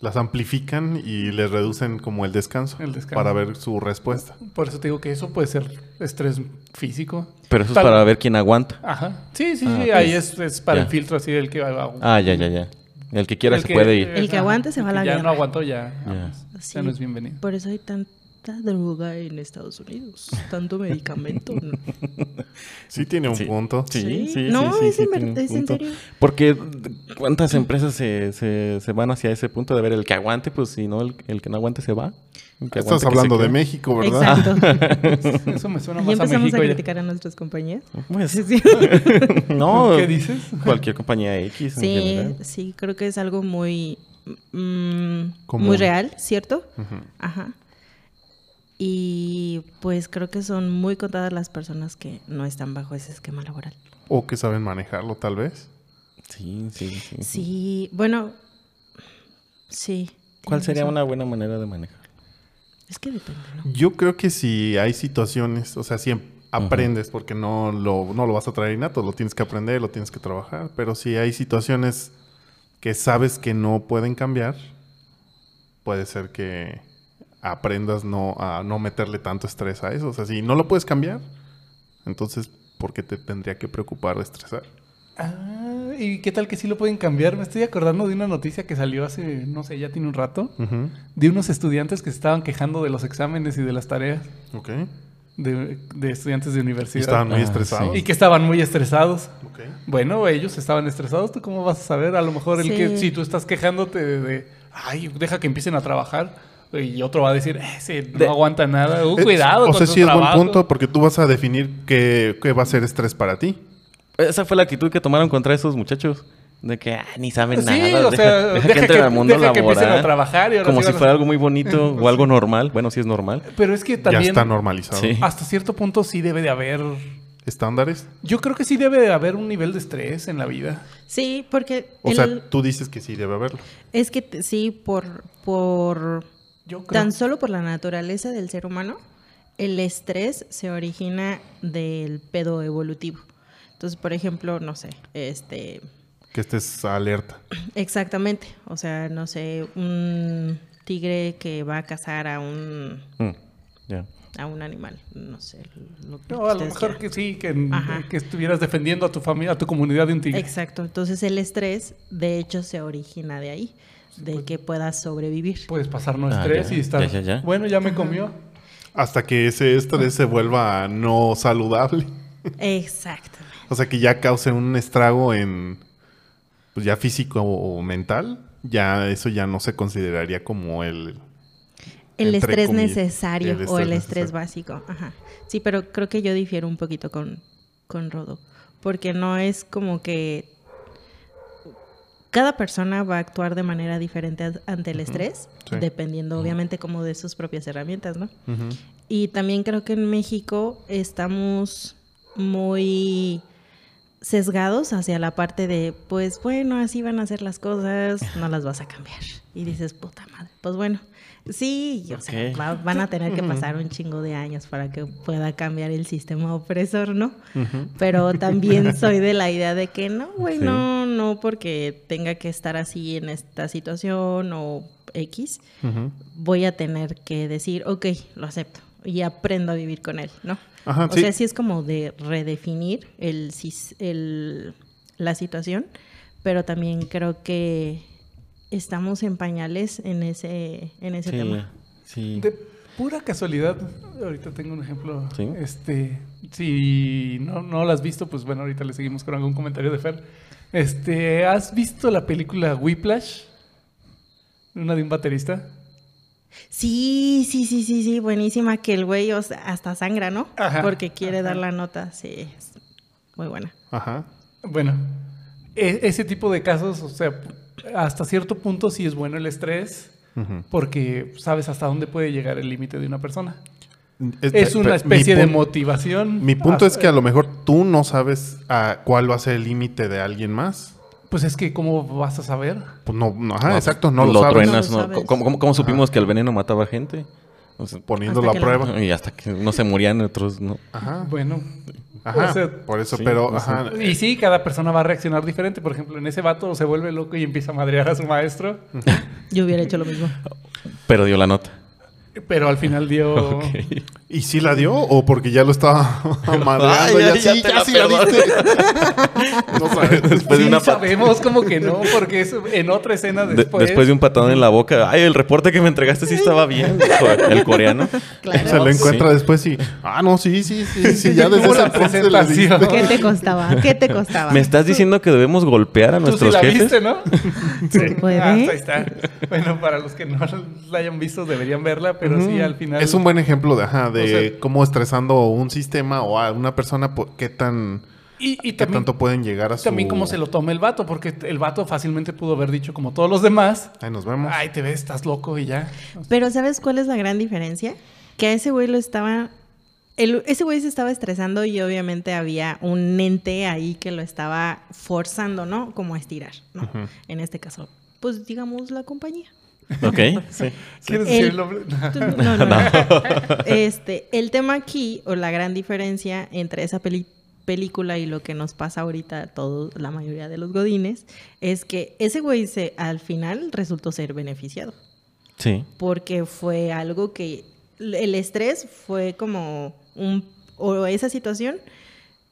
S2: las amplifican y les reducen como el descanso,
S4: El descanso.
S2: para ver su respuesta.
S4: Por eso te digo que eso puede ser estrés físico.
S3: Pero eso es
S4: Tal-
S3: para ver quién aguanta.
S4: Ajá. Sí, sí,
S3: Ah,
S4: sí.
S3: ok.
S4: Ahí es, es para
S3: Ya.
S4: el filtro así del que va a...
S3: Ah, ya, ya, ya. El que quiera
S4: el
S3: se
S4: que-
S3: puede ir.
S1: El que
S4: ajá,
S1: aguante se
S4: el
S1: va a
S4: que
S1: la
S4: Ya no
S1: guerra.
S4: aguantó, ya. vamos.
S1: Sí.
S4: Ya no es
S1: *laughs*
S4: bienvenido.
S1: Por eso hay tanta droga en Estados Unidos, tanto medicamento. ¿no?
S2: Sí tiene un
S3: Sí.
S2: punto.
S1: Sí. No, es en ver-
S3: tiene un
S1: es en
S3: punto.
S1: serio.
S3: Porque cuántas empresas se, se- se van hacia ese punto de ver el que aguante, pues si no, el, el que no aguante se va. El que
S2: Estás
S3: aguante, que
S2: hablando
S3: se
S2: de
S3: quede.
S2: México, ¿verdad?
S1: Exacto.
S4: *laughs* Eso me suena
S1: Pues, Y
S4: más a
S1: empezamos
S4: México.
S1: a
S4: ya.
S1: criticar a nuestras compañías.
S3: Pues,
S1: *laughs* Sí,
S3: *laughs* no,
S4: ¿Qué dices?
S3: cualquier compañía X. en
S1: sí,
S3: general.
S1: sí, creo que es algo muy, mm, muy
S2: Común.
S1: real, ¿cierto?
S2: Ujú.
S1: Ajá. Y pues creo que son muy contadas las personas que no están bajo ese esquema laboral.
S2: O que saben manejarlo, tal vez.
S3: Sí, sí, sí.
S1: Sí, bueno, sí.
S3: ¿Cuál
S1: tienes
S3: sería
S1: razón.
S3: una buena manera de manejar?
S1: Es que depende, ¿no?
S2: Yo creo que si hay situaciones, o sea, si em- aprendes, porque no lo, no lo vas a traer innato, lo tienes que aprender, lo tienes que trabajar, pero si hay situaciones que sabes que no pueden cambiar, puede ser que aprendas no, a no meterle tanto estrés a eso. O sea, si no lo puedes cambiar, entonces, ¿por qué te tendría que preocupar o estresar?
S4: Ah, ¿y qué tal que sí lo pueden cambiar? Me estoy acordando de una noticia que salió hace, no sé, ya tiene un rato.
S2: Ujú.
S4: De unos estudiantes que se estaban quejando de los exámenes y de las tareas
S2: Ok.
S4: de, de estudiantes de
S2: Y
S4: universidad.
S2: estaban muy
S3: Ah,
S2: estresados.
S4: Y que estaban muy estresados.
S2: Ok.
S4: Bueno, ellos estaban estresados. ¿Tú cómo vas a saber? A lo mejor el
S1: Sí.
S4: que si tú estás quejándote de, de, ay, deja que empiecen a trabajar y otro va a decir, "Eh, ese no
S3: De-
S4: aguanta nada. Uh,
S2: Es-
S4: cuidado
S2: O
S4: con
S2: sea,
S4: tu
S2: sí es buen
S4: trabajo".
S2: punto porque tú vas a definir qué, qué va a ser estrés para ti.
S3: Esa fue la actitud que tomaron contra esos muchachos. De que ah, ni saben
S4: Sí,
S3: nada.
S4: o
S3: *laughs*
S4: sea,
S3: deja
S4: deja
S3: que entren
S4: que-
S3: al mundo
S4: deja que
S3: laboral.
S4: empiecen a trabajar y ahora
S3: como
S4: sí
S3: si
S4: van a-
S3: fuera algo muy bonito
S4: *laughs*
S3: o algo normal. Bueno, sí es normal.
S4: Pero es que también
S2: Ya está normalizado.
S3: Sí.
S4: hasta cierto punto sí debe de haber...
S2: ¿Estándares?
S4: Yo creo que sí debe de haber un nivel de estrés en la vida.
S1: Sí, porque
S2: O
S1: el-
S2: sea, tú dices que sí debe haberlo.
S1: es que t- sí, por, por
S4: Yo creo.
S1: tan solo por la naturaleza del ser humano, el estrés se origina del pedo evolutivo. Entonces, por ejemplo, no sé, este,
S2: Que estés alerta.
S1: exactamente, o sea, no sé, un tigre que va a cazar a un
S3: Mm, ya.
S1: a un animal, no sé, lo que
S4: No, a lo
S1: ustedes
S4: mejor
S1: quieran.
S4: que sí, que,
S1: Ajá.
S4: que estuvieras defendiendo a tu familia, a tu comunidad de un tigre.
S1: Exacto, entonces el estrés de hecho se origina de ahí,
S4: Pues
S1: de que puedas sobrevivir.
S4: Puedes pasar no
S3: Ah,
S4: estrés
S3: ya,
S4: y estar...
S3: ya, ya, ya.
S4: Bueno, ya me comió.
S2: Hasta que ese estrés se vuelva no saludable.
S1: Exactamente.
S2: O sea, que ya cause un estrago en. Pues ya físico o mental. Ya eso ya no se consideraría como el.
S1: El
S2: Entre
S1: estrés
S2: comillas.
S1: necesario
S2: El
S1: o el
S2: estrés
S1: estrés
S2: necesario.
S1: básico. Ajá. Sí, pero creo que yo difiero un poquito con, con Rodo, porque no es como que cada persona va a actuar de manera diferente a- ante el estrés,
S2: sí.
S1: dependiendo obviamente como de sus propias herramientas, ¿no?
S2: Ujú.
S1: Y también creo que en México estamos muy sesgados hacia la parte de, pues bueno, así van a ser las cosas, no las vas a cambiar. Y dices, puta madre, pues bueno, sí, o sea,
S3: Ok. Mm.
S1: va- van a tener que pasar un chingo de años para que pueda cambiar el sistema opresor, ¿no? Pero
S3: *laughs*
S1: también soy de la idea de que no, güey,
S3: Sí.
S1: no, no porque tenga que estar así en esta situación o X,
S2: Ujú.
S1: voy a tener que decir, ok, lo acepto y aprendo a vivir con él, ¿no?
S2: Ajá,
S1: o
S2: sí.
S1: sea, sí es como de redefinir el, sis- el- la situación, pero también creo que estamos en pañales en ese, en ese
S3: Sí,
S1: tema.
S3: sí.
S4: De pura casualidad, ahorita tengo un ejemplo.
S3: ¿Sí?
S4: Este, si no, no lo has visto, pues bueno, ahorita le seguimos con algún comentario de Fer. Este, ¿has visto la película Whiplash? Una de un baterista.
S1: Sí, sí, sí, sí, sí, buenísima que el güey o sea, hasta sangra, ¿no?
S4: Ajá.
S1: Porque quiere dar la nota, sí, es muy buena.
S2: Ajá.
S4: Bueno, e- ese tipo de casos, o sea, hasta cierto punto sí es bueno el estrés
S2: Ujú.
S4: porque sabes hasta dónde puede llegar el límite de una persona. Es
S2: pe-
S4: una
S2: pe-
S4: especie
S2: mi
S4: de Ah.
S2: pun-
S4: motivación.
S2: Mi punto es
S4: Hasta-
S2: que a lo mejor tú no sabes a cuál va a ser el límite de alguien más.
S4: Pues es que, ¿cómo vas a saber?
S2: Pues no, no, ajá,
S3: No, pues
S2: exacto, no lo,
S3: lo
S2: sabes.
S3: truenas,
S1: No lo
S3: ¿no?
S1: sabes.
S3: ¿Cómo, cómo, cómo supimos que el veneno mataba gente? O sea,
S2: Poniendo
S1: Hasta
S2: la
S1: que la-
S2: prueba.
S3: *laughs* y hasta que unos se morían, otros no.
S2: Ajá,
S4: Bueno,
S2: ajá.
S4: o sea,
S2: por eso,
S3: sí,
S2: pero,
S3: no sé.
S2: ajá.
S4: y sí, cada persona va a reaccionar diferente. Por ejemplo, en ese vato se vuelve loco y empieza a madrear a su maestro,
S1: Yo hubiera hecho lo mismo.
S3: Pero dio la nota.
S4: pero al final dio...
S3: Ok.
S2: ¿Y si la dio o porque ya lo
S3: *laughs*
S2: estaba amadreando?
S3: Ay,
S2: Ya,
S3: ay, ya
S2: sí,
S3: te
S2: ya
S3: la
S2: sí la
S3: perdono.
S2: diste. *laughs* no sabes.
S3: Después de
S4: sí,
S3: una pat-
S4: sabemos como que no, porque es en otra escena
S3: de-
S4: después...
S3: después de un patadón en la boca. Ay, el reporte que me entregaste sí estaba bien. El coreano.
S1: Claro.
S2: Se lo encuentra
S3: Sí.
S2: después y... Ah, no, sí, sí, sí, sí ya desde
S4: Como
S2: ese
S4: la
S2: entonces le diste. *laughs*
S4: presentación.
S1: ¿Qué te costaba? ¿Qué te costaba?
S3: ¿Me estás diciendo que debemos golpear a
S4: Tú sí
S3: nuestros
S4: la
S3: jefes?
S4: viste, ¿no?
S3: *laughs*
S1: Se puede.
S4: Ah, ahí está. Bueno, para los que no la hayan visto, deberían verla, pero sí, al final...
S2: Es un buen ejemplo de, ajá, de
S4: O sea-
S2: cómo estresando un sistema o a una persona, po- qué tan...
S4: Y,
S2: qué
S4: y también,
S2: tanto pueden llegar a su...
S4: también cómo se lo toma el vato, porque el vato fácilmente pudo haber dicho, como todos los demás,
S2: Ahí nos vemos.
S4: ay, te ves, estás loco y ya.
S1: Pero ¿sabes cuál es la gran diferencia? Que a ese güey lo estaba... el- ese güey se estaba estresando y obviamente había un ente ahí que lo estaba forzando, ¿no? Como a estirar, ¿no? En este caso, pues digamos la compañía.
S3: Ok, sí.
S4: ¿Quieres
S1: El-
S4: decir el nombre?
S1: Tú- No, no, no. Este, el tema aquí, o la gran diferencia entre esa peli- película y lo que nos pasa ahorita a todos, la mayoría de los godines, es que ese güey se, al final resultó ser beneficiado.
S3: Sí.
S1: porque fue algo que el estrés fue como un o esa situación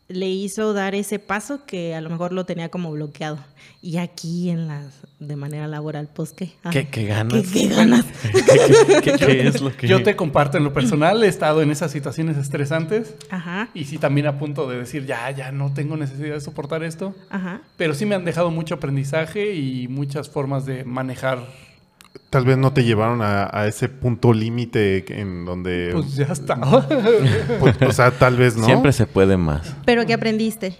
S1: le hizo dar ese paso que a lo mejor lo tenía como bloqueado y aquí en las de manera laboral pues qué Ah,
S3: ¿Qué, qué
S1: ¿qué-
S3: ganas?
S1: qué ganas
S3: *laughs* ¿Qué, qué- qué-
S4: *laughs*
S3: qué es lo que...?
S4: Yo te comparto en lo personal, he estado en esas situaciones estresantes
S1: ajá
S4: y sí también a punto de decir, ya, ya no tengo necesidad de soportar esto,
S1: ajá
S4: pero sí me han dejado mucho aprendizaje y muchas formas de manejar.
S2: Tal vez no te llevaron a, a ese punto límite que- en donde...
S4: Pues ya está. *laughs*
S2: pues, o sea, tal vez no.
S3: Siempre se puede más.
S1: pero qué aprendiste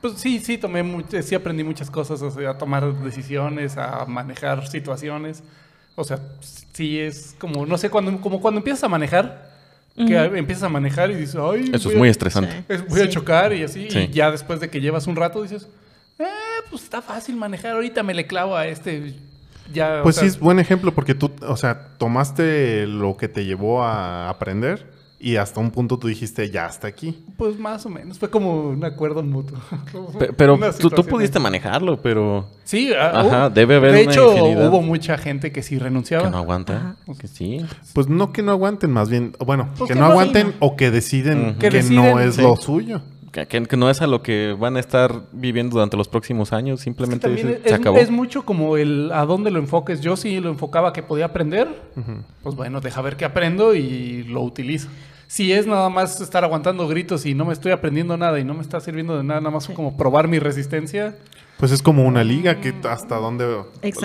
S4: Pues sí, sí, tomé mu- sí aprendí muchas cosas, o sea, a tomar decisiones, a manejar situaciones. O sea, sí es como, no sé, cuando, como cuando empiezas a manejar, que
S1: Ujú.
S4: empiezas a manejar y dices, ay,
S3: Eso
S4: voy
S3: es
S4: a-
S3: muy estresante.
S4: es- voy a
S1: Sí.
S4: chocar y así.
S3: Sí.
S4: Y ya después de que llevas un rato dices, eh, pues está fácil manejar, ahorita me le clavo a este. Ya, o
S2: Pues
S4: sea,
S2: sí, es buen ejemplo porque tú, o sea, tomaste lo que te llevó a aprender y hasta un punto tú dijiste, ya hasta aquí.
S4: Pues más o menos, fue como un acuerdo mutuo. *laughs*
S3: Pe- Pero tú,
S4: Una
S3: tú
S4: situación
S3: pudiste
S4: ahí. manejar.
S3: manejarlo, pero...
S4: Sí, ah,
S3: Ajá,
S4: hubo-
S3: debe haber
S4: De
S3: una
S4: hecho,
S3: ingenuidad.
S4: hubo mucha gente que sí renunciaba.
S3: Que no aguanta.
S1: Ajá.
S3: Que sí.
S2: Pues no que no aguanten, más bien, bueno,
S4: Pues
S2: que
S4: que
S2: no
S4: no-
S2: aguanten
S4: sí,
S2: o que deciden
S3: Ujú.
S2: que,
S4: Que
S2: no
S4: deciden,
S2: es
S4: sí.
S2: lo suyo.
S3: Que, que- que no es a lo que van a estar viviendo durante los próximos años.
S4: Es que
S3: Simplemente
S4: también
S3: dices,
S4: es,
S3: se acabó.
S4: es mucho como el a dónde lo enfoques. Yo sí lo enfocaba que podía aprender. Pues bueno, deja ver qué aprendo y lo utilizo. Si es nada más estar aguantando gritos y no me estoy aprendiendo nada y no me está sirviendo de nada, nada más como probar mi resistencia.
S2: Pues es como una liga que hasta dónde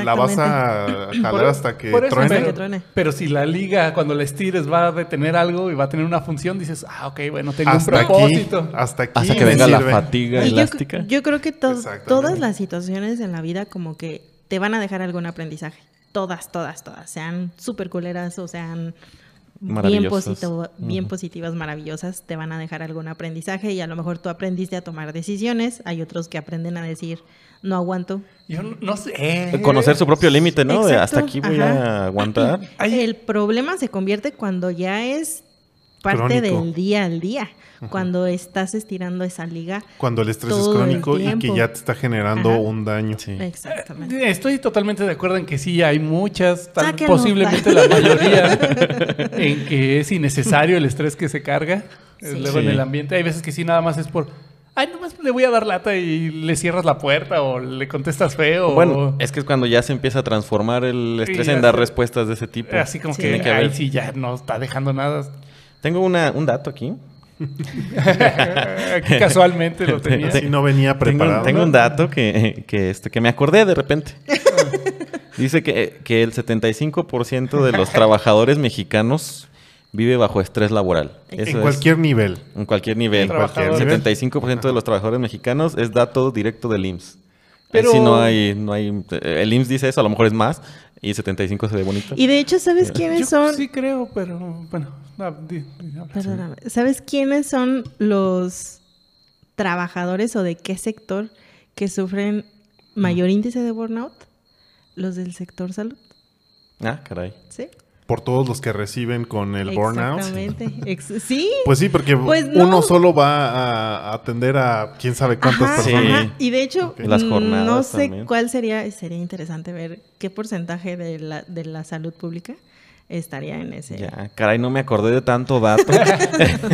S2: la vas a
S4: Mm. *clears throat* Por- e-,
S2: jalar hasta que
S4: por eso,
S2: truene.
S1: Hasta que
S4: pero-
S1: truene.
S4: Pero si la liga, cuando la estires, va a detener algo y va a tener una función, dices, ah, ok, bueno, tengo
S2: Hasta
S4: un
S2: aquí,
S4: propósito.
S2: hasta aquí.
S3: Hasta que
S2: me
S3: venga
S2: sirve.
S3: la fatiga
S1: Y yo,
S3: elástica.
S1: yo creo que to-
S2: Exactamente.
S1: todas las situaciones en la vida como que te van a dejar algún aprendizaje. Todas, todas, todas. Sean súper culeras o sean bien,
S3: Maravillosas.
S1: posito- bien
S3: Ujú.
S1: positivas, maravillosas, te van a dejar algún aprendizaje y a lo mejor tú aprendiste a tomar decisiones. Hay otros que aprenden a decir, no aguanto.
S4: Yo no, no sé.
S3: Conocer su propio límite, ¿no? De
S1: Exacto,
S3: hasta aquí voy
S1: ajá.
S3: a aguantar.
S4: Ay.
S1: El problema se convierte cuando ya es parte
S2: Crónico.
S1: del día al día, cuando estás estirando esa liga.
S2: Cuando el estrés es
S1: todo el
S2: crónico y que
S1: tiempo.
S2: ya te está generando
S1: Ajá.
S2: un daño.
S3: Sí.
S1: Exactamente.
S4: Eh, Estoy totalmente de acuerdo en que sí hay muchas, tal-
S1: Sáquenlo. *laughs*
S4: posiblemente la mayoría, en que es innecesario el estrés que se carga eh,
S1: Sí.
S4: luego en
S3: Sí.
S4: el ambiente. Hay veces que sí nada más es por, ay, nomás le voy a dar lata y le cierras la puerta o le contestas feo.
S3: Bueno,
S4: o-
S3: es que es cuando ya se empieza a transformar el estrés
S4: Y
S3: en
S4: ya Ah,
S3: dar
S4: se-
S3: respuestas de ese tipo.
S4: así como
S1: Sí.
S4: que,
S3: Tiene que
S4: ay,
S3: haber.
S4: sí, ya no está dejando
S3: *laughs*
S4: nada. *laughs*
S3: Tengo una- un dato aquí.
S4: Casualmente lo tenía.
S2: Así no venía
S3: Tengo,
S2: preparado.
S4: *laughs*
S3: tengo un dato que, que, este, que me acordé de repente. Dice que, que el 75% de los trabajadores mexicanos vive bajo estrés laboral. Eso
S2: en
S3: es-
S2: cualquier nivel.
S3: en cualquier nivel.
S4: En cualquier
S3: el
S4: nivel.
S3: 75% de los trabajadores mexicanos es dato directo del IMSS. Pero
S4: Pero-
S3: si no hay, no hay, eh, el IMSS dice eso, a lo mejor es más, y 75 se ve bonito.
S1: Y de hecho, ¿sabes quiénes
S4: Yo
S1: son?
S4: sí creo, pero bueno. ah, di- di- habla.
S1: Perdóname. ¿Sabes quiénes son los trabajadores o de qué sector que sufren
S3: Mm.
S1: mayor índice de burnout? Los del sector salud,
S3: Ah, caray.
S1: ¿sí?
S2: Por todos los que reciben con el burnout.
S1: Exactamente.
S3: *laughs*
S1: Ex- sí.
S2: Pues sí, porque
S1: Pues
S2: uno
S1: no.
S2: solo va a atender a quién sabe cuántas
S1: Ajá,
S2: personas.
S1: ajá. Y de hecho, mm,
S3: Ok. Las jornadas
S1: no sé
S3: también.
S1: cuál sería, sería interesante ver qué porcentaje de la, de la salud pública estaría en ese.
S3: Ya, caray, no me acordé de tanto
S4: *laughs*
S3: dato.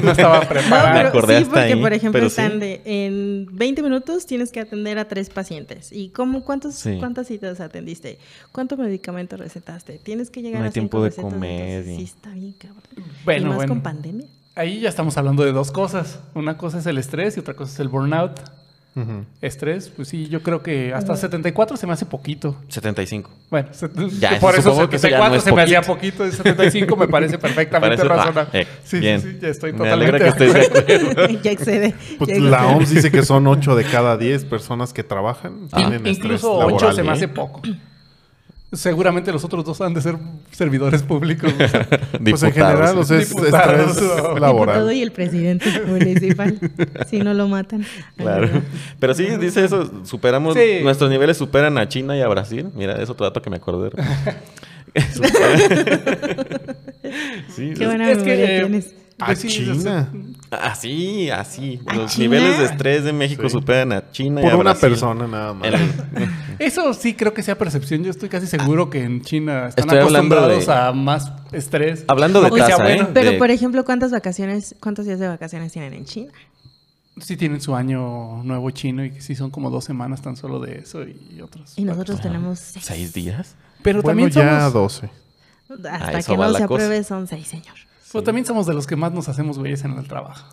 S4: No
S1: *laughs* No,
S3: Ah,
S4: estaba
S3: Me
S4: preparado.
S1: pero
S3: acordé
S1: sí,
S3: hasta
S1: porque
S3: ahí,
S1: por ejemplo
S3: pero
S1: están
S3: sí.
S1: de en 20 minutos tienes que atender a tres pacientes. ¿Y cómo cuántos
S3: Sí.
S1: cuántas citas atendiste? ¿Cuánto medicamento recetaste? Tienes que llegar
S3: No hay
S1: a cinco
S3: tiempo de
S1: recetas,
S3: comer
S1: entonces
S3: y-
S1: Sí, está bien, cabrón. y
S4: Bueno,
S1: más
S4: bueno.
S1: con
S4: *laughs*
S1: pandemia. *laughs*
S4: Ahí ya estamos hablando de dos cosas. Una cosa es el estrés y otra cosa es el burnout.
S2: Ujú.
S4: Estrés, pues sí, yo creo que hasta 74 se me hace poquito.
S3: 75.
S4: Bueno, set- *laughs*
S3: Ya,
S4: que
S3: eso
S4: por eso
S3: supongo que eso ya
S4: 74
S3: no es
S4: se me hacía poquito y 75 me parece perfectamente
S3: *laughs* Parece- ah,
S4: razonable.
S3: eh,
S4: sí,
S3: bien.
S4: sí, sí, ya estoy
S3: Me
S4: totalmente
S3: alegra que estés de
S4: acuerdo.
S3: acuerdo.
S1: ya excede. ya
S2: Pues
S1: excede. *laughs*
S2: la OMS dice que son 8 de cada 10 personas que trabajan.
S3: Ah.
S2: tienen estrés
S4: Incluso 8
S2: laboral,
S4: se me
S2: ¿eh?
S4: hace poco. Seguramente los otros dos han de ser servidores públicos.
S3: *laughs*
S4: o sea,
S2: Pues en general, o sea, es
S4: Diputados.
S2: estrés
S4: Diputado
S1: Diputado
S2: laboral.
S1: y el presidente municipal. si no lo matan.
S3: Claro. Pero sí, dice eso, superamos,
S4: Sí.
S3: nuestros niveles superan a China y a Brasil. Mira, es otro dato que me
S4: *laughs*
S3: acordé. *laughs*
S1: Qué
S3: sí, es-
S1: buena
S4: es que,
S1: memoria
S4: eh,
S1: tienes.
S2: A
S3: Ah,
S4: pues sí,
S2: China.
S3: así, así.
S1: ¿A
S3: Los
S1: China?
S3: niveles de estrés de México
S2: Sí.
S3: superan a China y
S2: Por
S3: a
S2: una
S3: Brasil.
S2: persona nada más.
S3: El- *laughs*
S4: Eso sí creo que sea percepción. Yo estoy casi seguro que en China están
S3: Estoy hablando
S4: acostumbrados
S3: de-
S4: a más estrés.
S3: hablando de
S4: O que sea
S3: tasa,
S4: bueno.
S3: ¿eh?
S1: Pero
S3: De-
S1: por ejemplo, ¿cuántas vacaciones, cuántos días de vacaciones tienen en China?
S4: Sí tienen su año nuevo chino y que sí son como dos semanas tan solo de eso y otros.
S1: Y nosotros tenemos seis.
S3: Pues, ah, ¿Seis días?
S4: Pero
S2: Bueno,
S4: también
S2: ya
S4: somos...
S2: 12.
S1: Hasta
S3: eso
S1: que
S3: va
S1: no
S3: la
S1: se
S3: cosa.
S1: apruebe son seis, señor.
S4: pues también somos de los que más nos hacemos güeyes en el trabajo.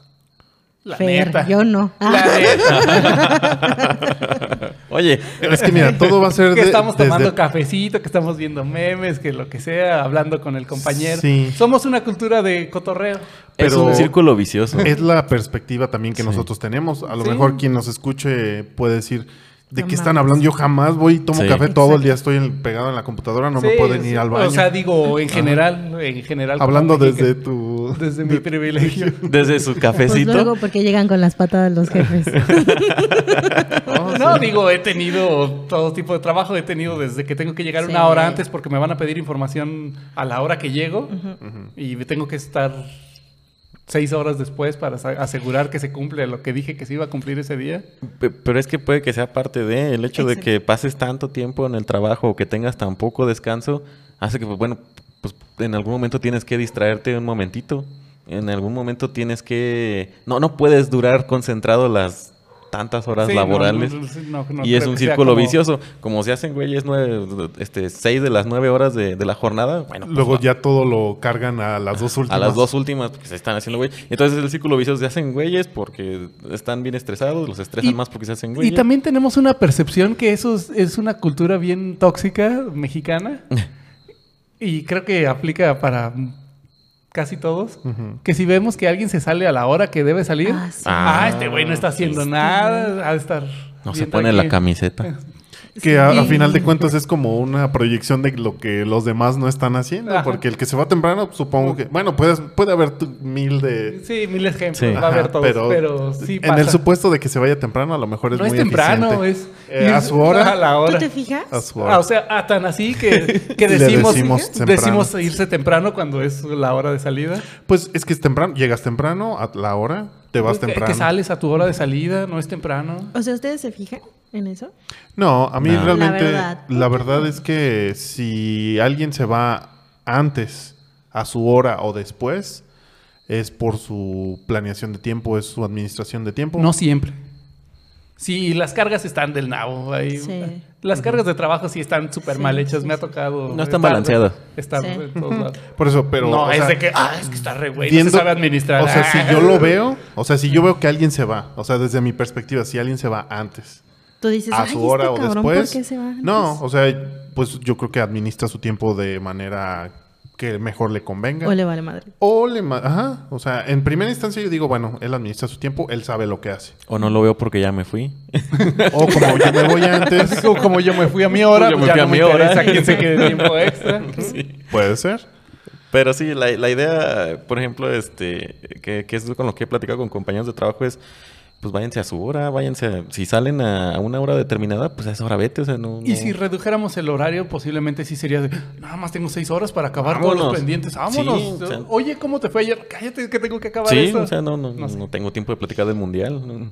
S4: La
S1: Fer,
S4: neta.
S1: yo
S2: *laughs*
S1: no. Ah,
S4: La neta.
S3: Oye,
S2: Es que mira, todo va a
S4: *laughs*
S2: ser
S4: que
S2: de-
S4: estamos
S2: desde-
S4: tomando cafecito, que estamos viendo memes, que lo que sea, hablando con el compañero.
S2: Sí.
S4: Somos una cultura de cotorreo.
S3: es
S2: Pero-
S3: un círculo vicioso.
S2: Es la perspectiva también que nosotros tenemos. A lo
S4: Sí.
S2: mejor quien nos escuche puede decir, ¿de
S1: No
S2: qué están
S1: mames.
S2: hablando? Yo jamás voy y tomo
S3: Sí.
S2: café todo
S1: Exacto.
S2: el día, estoy en- pegado en la computadora, no me
S4: Sí,
S2: pueden
S4: sí.
S2: ir al baño.
S4: O sea, digo, en general, en general. como
S2: hablando
S4: mexicano,
S2: desde tu...
S4: desde mi privilegio.
S3: Desde su
S1: Pues
S3: cafecito.
S1: luego, porque llegan con las patadas los
S2: *laughs*
S1: jefes?
S4: *laughs* No, digo, he tenido todo tipo de trabajo, he tenido desde que tengo que llegar
S1: Sí.
S4: una hora antes porque me van a pedir información a la hora que llego y me tengo que estar seis horas después para sa- asegurar que se cumple lo que dije que se iba a cumplir ese día.
S3: Pe- Pero es que puede que sea parte de el hecho de
S1: Exacto.
S3: que pases tanto tiempo en el trabajo o que tengas tan poco descanso, hace que, pues bueno, pues en algún momento tienes que distraerte un momentito. En algún momento tienes que... No, no puedes durar concentrado las tantas horas
S4: Sí, no,
S3: laborales.
S4: no, no, no, no
S3: y es
S4: creo
S3: un
S4: que sea
S3: círculo
S4: como-
S3: vicioso. Como se hacen, güey, es nueve, este, seis de las nueve horas de, de la jornada. Bueno, pues,
S2: Luego
S3: no.
S2: ya todo lo cargan a las dos
S3: A
S2: últimas.
S3: las dos últimas que se están haciendo, güey. Entonces el círculo vicioso se hacen güeyes porque están bien estresados, los estresan
S4: Y-
S3: más porque se hacen
S4: Y
S3: güeyes.
S4: también tenemos una percepción que eso es, es una cultura bien tóxica
S3: *laughs*
S4: mexicana y creo que aplica para casi todos. Que si vemos que alguien se sale a la hora que debe salir,
S1: Ah,
S4: ah,
S1: sí.
S3: Ah,
S4: este güey no está haciendo
S1: sí.
S4: nada, ha de estar.
S3: No se
S4: bien
S3: pone la
S4: tranquilo.
S3: camiseta.
S2: Que a, a
S1: Sí.
S2: final de cuentas es como una proyección de lo que los demás no están haciendo.
S4: Ajá.
S2: Porque el que se va temprano, supongo que... Bueno, puedes, puede haber tu- mil de...
S4: Sí, mil ejemplos,
S3: Sí.
S4: va a haber
S2: Ajá,
S4: todos, pero, sí
S2: En el
S4: pasa.
S2: supuesto de que se vaya temprano, a lo mejor es
S4: no es
S2: muy
S4: temprano,
S2: eficiente.
S4: es
S2: Eh, a su hora.
S4: A la
S1: ¿Tú
S4: hora.
S1: te fijas?
S2: A su hora.
S4: Ah, o sea, ah, tan
S2: *laughs*
S4: así que, que
S2: Le
S4: decimos,
S2: decimos
S4: decimos,
S2: temprano.
S4: irse temprano cuando es la hora de salida.
S2: Pues es que es temprano, llegas temprano a la hora, te vas
S4: Que-
S2: temprano.
S4: Que sales a tu hora de salida, no es temprano.
S1: O sea, ¿ustedes se fijan en eso?
S2: No, a mí
S3: No.
S2: realmente la
S1: La
S2: verdad.
S1: verdad.
S2: es que si alguien se va antes a su hora o después es por su planeación de tiempo, es su administración de tiempo.
S4: No siempre. Sí, las cargas están del nabo. ahí.
S1: Sí.
S4: Las cargas de trabajo sí están súper
S1: Sí,
S4: mal hechas.
S1: sí,
S4: Me ha
S1: sí.
S4: tocado.
S3: No están
S4: estar-
S3: balanceadas.
S4: Estar
S1: Sí.
S4: en todos lados.
S2: Por eso, pero
S4: no,
S2: o
S4: es
S2: sea,
S4: de que, ah, es que está re güey, no
S2: viendo-
S4: se sabe administrar.
S2: O sea, si
S4: *laughs* Ah.
S2: yo lo veo, o sea, si yo veo que alguien se va, o sea, desde mi perspectiva, si alguien se va antes
S1: Tú dices,
S2: a
S1: "Ay,
S2: su
S1: este
S2: hora o
S1: cabrón, ¿por
S2: después.
S1: qué se va antes?"
S2: no, o sea, pues yo creo que administra su tiempo de manera que mejor le convenga.
S1: O le vale madre.
S2: O le ma- Ajá. O sea, en primera instancia yo digo, bueno, él administra su tiempo, él sabe lo que hace.
S3: O no lo veo porque ya me
S4: *laughs*
S3: fui.
S2: O como yo me voy antes,
S4: O como yo me fui a mi hora,
S3: Yo me
S4: pues ya
S3: fui a
S4: no me
S3: mi hora.
S4: interesa quién se quede tiempo *laughs* extra.
S2: puede ser.
S3: Pero sí, la, la idea, por ejemplo, este, que, que es con lo que he platicado con compañeros de trabajo es, pues váyanse a su hora, váyanse, a- si salen a, a una hora determinada, pues a esa hora vete, o sea, no...
S4: Y
S3: no-
S4: si redujéramos el horario, posiblemente sí sería de, nada más tengo seis horas para acabar todos
S3: Vámonos.
S4: los pendientes. Vámonos.
S3: Sí, o sea-
S4: Oye, ¿cómo te fue ayer? Cállate, que tengo que acabar
S3: Sí,
S4: esto.
S3: o sea, no, no,
S4: No sé.
S3: no tengo tiempo de platicar del mundial. no.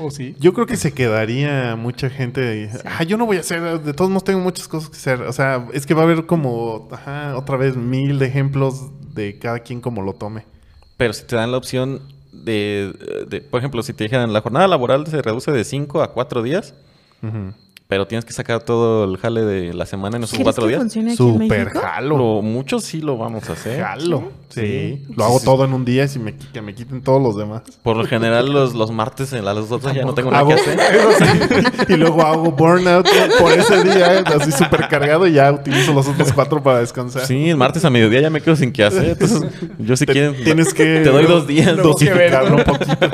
S4: O *laughs* sí.
S2: Yo creo que se quedaría mucha gente. Ah, yo no voy a hacer. De todos modos, tengo muchas cosas que hacer. O sea, es que va a haber como, ajá, otra vez mil de ejemplos de cada quien como lo tome.
S3: Pero si te dan la opción de, de- por ejemplo, si te dijeran la jornada laboral se reduce de 5 a 4 días,
S2: Ujú.
S3: pero tienes que sacar todo el jale de la semana en esos
S1: ¿Crees
S3: 4
S1: que
S3: días.
S1: funcione aquí en
S2: Super
S1: México?
S2: jalo.
S3: Lo, muchos sí lo vamos a hacer.
S2: Jalo. Sí.
S3: ¿Eh? Sí.
S2: Lo hago todo en un día y si me, qui- que me quiten todos los demás.
S3: Por lo general los, los martes en la- a las 12 ya no tengo nada
S2: Hago-
S3: que hacer.
S2: *laughs* eso sí. Y luego hago burnout por ese día, eh, así súper cargado, y ya utilizo los otros cuatro para descansar.
S3: Sí, el martes a mediodía ya me quedo sin qué hacer. Entonces, yo si
S2: Te-
S3: quieren
S2: tienes que
S3: te doy dos días.
S4: Tengo que ver.
S2: dosificarlo un poquito.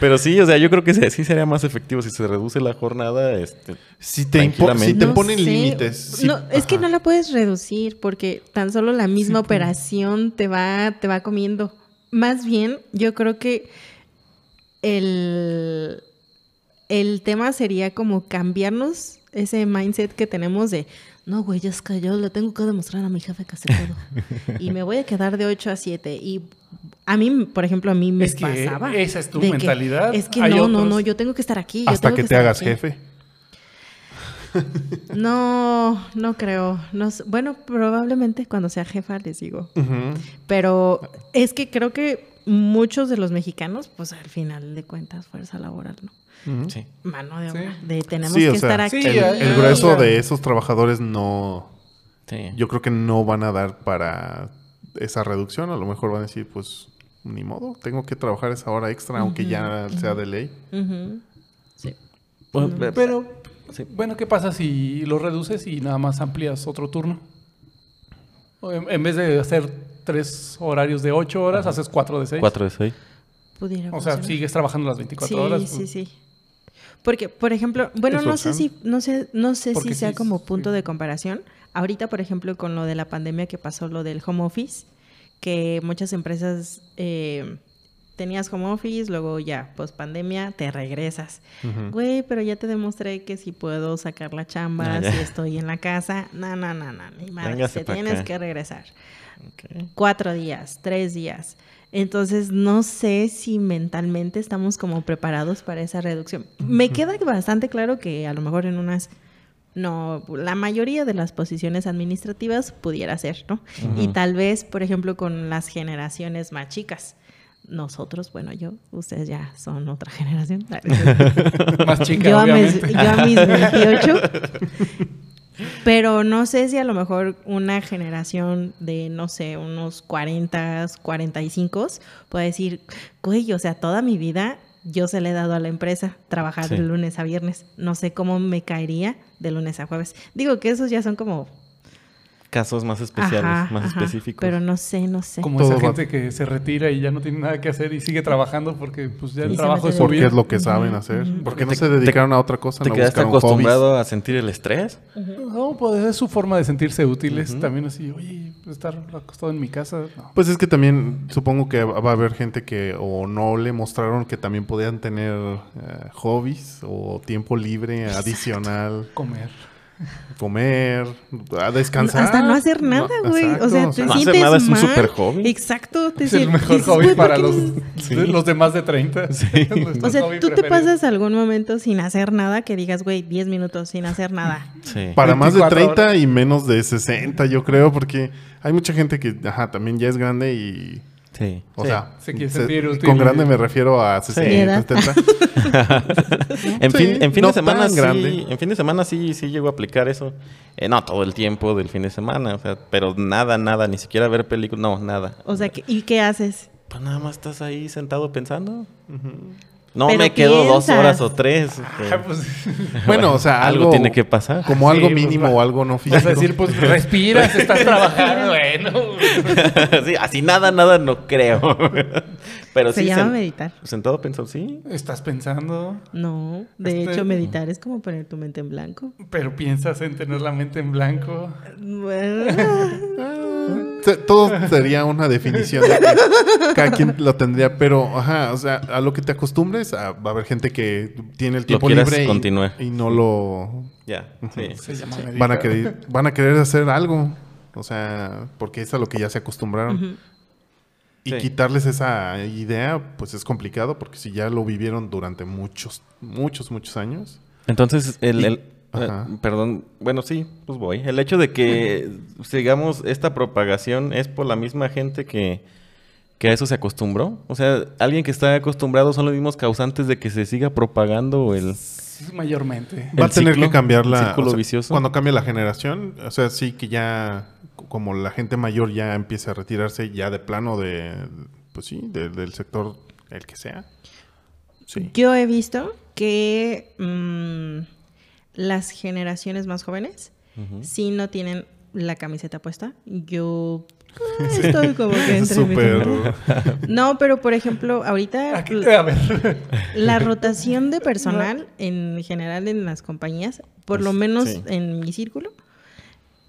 S3: Pero sí, o sea, yo creo que se- sí sería más efectivo si se reduce la jornada. Este,
S2: Si te, impo-
S3: Tranquilamente.
S2: si te
S1: No
S2: ponen
S1: sé.
S2: límites. si-
S1: No, es que
S2: ajá.
S1: no la puedes reducir porque tan solo la misma operación te va, te va comiendo. Más bien, yo creo que el, el tema sería como cambiarnos ese mindset que tenemos de no, güey, ya es que yo le tengo que demostrar a mi jefe que hace todo. y me voy a quedar de 8 a 7. Y a mí, por ejemplo, a mí me
S4: Es que
S1: pasaba.
S4: esa es tu
S1: de que,
S4: mentalidad.
S1: es que
S4: Hay
S1: no, no,
S4: otros.
S1: no, yo tengo que estar aquí. yo
S2: Hasta
S1: tengo
S2: que te
S1: estar
S2: hagas
S1: aquí.
S2: jefe.
S1: No, no creo. No, s- bueno, probablemente cuando sea jefa les digo.
S2: Ujú.
S1: Pero es que creo que muchos de los mexicanos, pues al final de cuentas, fuerza laboral, ¿no?
S2: ¿Mm?
S3: sí.
S1: Mano de
S4: Sí.
S1: obra. De tenemos
S2: Sí,
S1: que
S2: o sea,
S1: estar
S4: sí,
S1: aquí.
S2: El, el
S4: Ah,
S2: grueso
S4: o sea.
S2: de esos trabajadores no.
S3: sí.
S2: Yo creo que no van a dar para esa reducción. A lo mejor van a decir, pues, ni modo, tengo que trabajar esa hora extra, aunque ya sea de ley.
S1: Ujú. Sí.
S3: Bueno,
S4: Pero,
S3: Sí.
S4: bueno, ¿qué pasa si lo reduces y nada más amplías otro turno? O En, en vez de hacer tres horarios de ocho horas, haces cuatro de seis.
S3: 4 de 6.
S1: Pudiera
S4: O sea,
S1: funcionar.
S4: sigues trabajando las 24
S1: sí,
S4: horas. mm.
S1: Sí, sí, Porque, por ejemplo, bueno,
S2: Eso,
S1: no sé
S2: Sam.
S1: si, no sé, no sé si
S4: Porque
S1: sea
S4: sí,
S1: como
S4: sí.
S1: punto de comparación. Ahorita, por ejemplo, con lo de la pandemia que pasó, lo del home office, que muchas empresas eh, tenías home office, luego ya, post pandemia, te regresas.
S2: Ujú.
S1: Güey, pero ya te demostré que si puedo sacar la chamba,
S3: Ah, ya.
S1: si estoy en la casa, no, no, no, no, ni madre,
S3: Véngase
S1: te
S3: pa'
S1: tienes
S3: acá.
S1: que regresar cuatro días, tres días. Entonces, no sé si mentalmente estamos como preparados para esa reducción. Me queda bastante claro que a lo mejor en unas, no, la mayoría de las posiciones administrativas pudiera ser, ¿no? Y
S3: Ujú.
S1: tal vez, por ejemplo, con las generaciones más chicas. Nosotros, bueno, yo, ustedes ya son otra *laughs* generación.
S4: Más chica,
S1: yo, a mis,
S4: obviamente.
S1: yo a
S3: *laughs*
S1: mis 28. Pero no sé si a lo mejor una generación de, no sé, unos 40, 45 puede decir, güey, o sea, toda mi vida yo se le he dado a la empresa trabajar
S3: Sí.
S1: de lunes a viernes. No sé cómo me caería de lunes a jueves. Digo que esos ya son como...
S3: Casos más especiales,
S1: ajá,
S3: más
S1: ajá,
S3: específicos.
S1: Pero no sé, no sé.
S4: Como
S2: Todo
S4: esa
S2: va-
S4: gente que se retira y ya no tiene nada que hacer y sigue trabajando porque pues ya
S1: Y
S4: el
S1: se
S4: trabajo
S1: mete
S4: es su
S1: de-
S2: Porque
S4: vida.
S2: es lo que saben hacer. Porque no se dedicaron a otra cosa,
S3: ¿Te
S2: no
S3: quedaste
S2: buscaron hobbies.
S3: acostumbrado a sentir el estrés?
S4: No, pues es su forma de sentirse útiles. También así, oye, pues, estar acostado en mi casa. No.
S2: Pues es que también supongo que va a haber gente que o no le mostraron que también podían tener eh, hobbies o tiempo libre adicional,
S4: Comer.
S2: comer, a descansar.
S1: Hasta no hacer nada,
S2: No,
S1: güey. o sea,
S2: exacto,
S1: te
S3: No
S2: sí.
S3: hacer
S1: sientes
S3: nada es un
S1: mal.
S3: super hobby.
S1: Exacto. Te
S4: Es el
S1: sien- *laughs*
S4: mejor
S1: dices, "Güey,
S4: hobby
S1: ¿por
S4: para
S1: qué
S4: los,
S1: no-
S4: de- los de más de 30. *laughs* Nuestro
S1: O sea,
S4: hobby
S1: tú te
S4: preferido.
S1: pasas algún momento sin hacer nada que digas, güey, 10 minutos sin hacer nada.
S3: Sí.
S2: Para más de
S4: 24
S2: 30 y menos de 60, yo creo, porque hay mucha gente que, ajá, también ya es grande y...
S1: *laughs*
S3: Sí.
S2: O
S4: Sí,
S2: sea,
S4: se quiere sentir útil
S2: con
S4: y-
S2: grande me refiero a 60,
S1: Edad.
S2: 70.
S3: En
S2: Sí,
S3: fin, en fin
S2: no
S3: de semana
S2: tan
S3: sí,
S2: grande.
S3: en fin de semana sí, sí llego a aplicar eso. Eh, no todo el tiempo del fin de semana, o sea, pero nada, nada, ni siquiera ver películas, no, nada.
S1: O sea, que- ¿y qué haces?
S3: Pues nada más estás ahí sentado pensando. No
S1: Pero
S3: me quedo dos
S1: piensas.
S3: horas o tres.
S4: *laughs*
S3: este,
S4: Ah, pues,
S2: Bueno, o sea, algo,
S3: Algo tiene que pasar. *laughs*
S2: Como
S4: Sí,
S2: algo
S4: pues,
S2: mínimo
S4: va.
S2: o algo no
S4: vas
S2: físico.
S4: a decir, pues respiras,
S1: *laughs*
S4: estás trabajando, bueno.
S3: Sí, así nada, nada, no creo. *laughs* Pero
S1: Se
S3: sí,
S1: llama
S3: sen-
S1: meditar.
S3: sentado pensado, sí.
S4: Estás pensando,
S1: No, de
S4: Este-
S1: hecho meditar es como poner tu mente en blanco.
S4: pero piensas en tener la mente en blanco.
S1: *laughs* Bueno,
S2: Ah,
S4: ah.
S2: Se- Todo sería una definición de que cada quien lo tendría, pero ajá, o sea, a lo que te acostumbres, a- va a haber gente que tiene el tiempo
S3: quieras
S2: libre y-
S3: continuar.
S2: y no lo
S3: Ya, sí.
S4: Se llama
S2: van a
S4: meditar.
S2: querer, van a querer hacer algo. O sea, porque es a lo que ya se acostumbraron. Y
S3: Sí.
S2: quitarles esa idea, pues es complicado, porque si ya lo vivieron durante muchos, muchos, muchos años.
S3: Entonces, el,
S2: Y-
S3: el-
S2: Ajá.
S3: eh, perdón, bueno, sí, pues voy. El hecho de que sigamos esta propagación es por la misma gente que, que a eso se acostumbró. O sea, alguien que está acostumbrado son los mismos causantes de que se siga propagando el...
S4: Sí, Mayormente.
S2: Va a
S3: El
S2: tener
S3: ciclo,
S2: que cambiar
S3: el
S2: la.
S3: círculo
S2: o sea,
S3: vicioso.
S2: Cuando cambie la generación, o sea, sí que ya, c- como la gente mayor ya empieza a retirarse, ya de plano de. Pues sí, de- del sector, el que sea. Sí.
S1: Yo he visto que mm, las generaciones más jóvenes, si no tienen la camiseta puesta, yo ah, estoy como
S2: *laughs*
S1: que
S2: Es
S1: entre
S2: súper.
S1: medio. *laughs* No, pero por ejemplo, ahorita
S4: Aquí- a ver.
S1: La
S3: *laughs*
S1: rotación de personal en general en las compañías, por lo
S3: Es-
S1: menos
S3: sí.
S1: en mi círculo,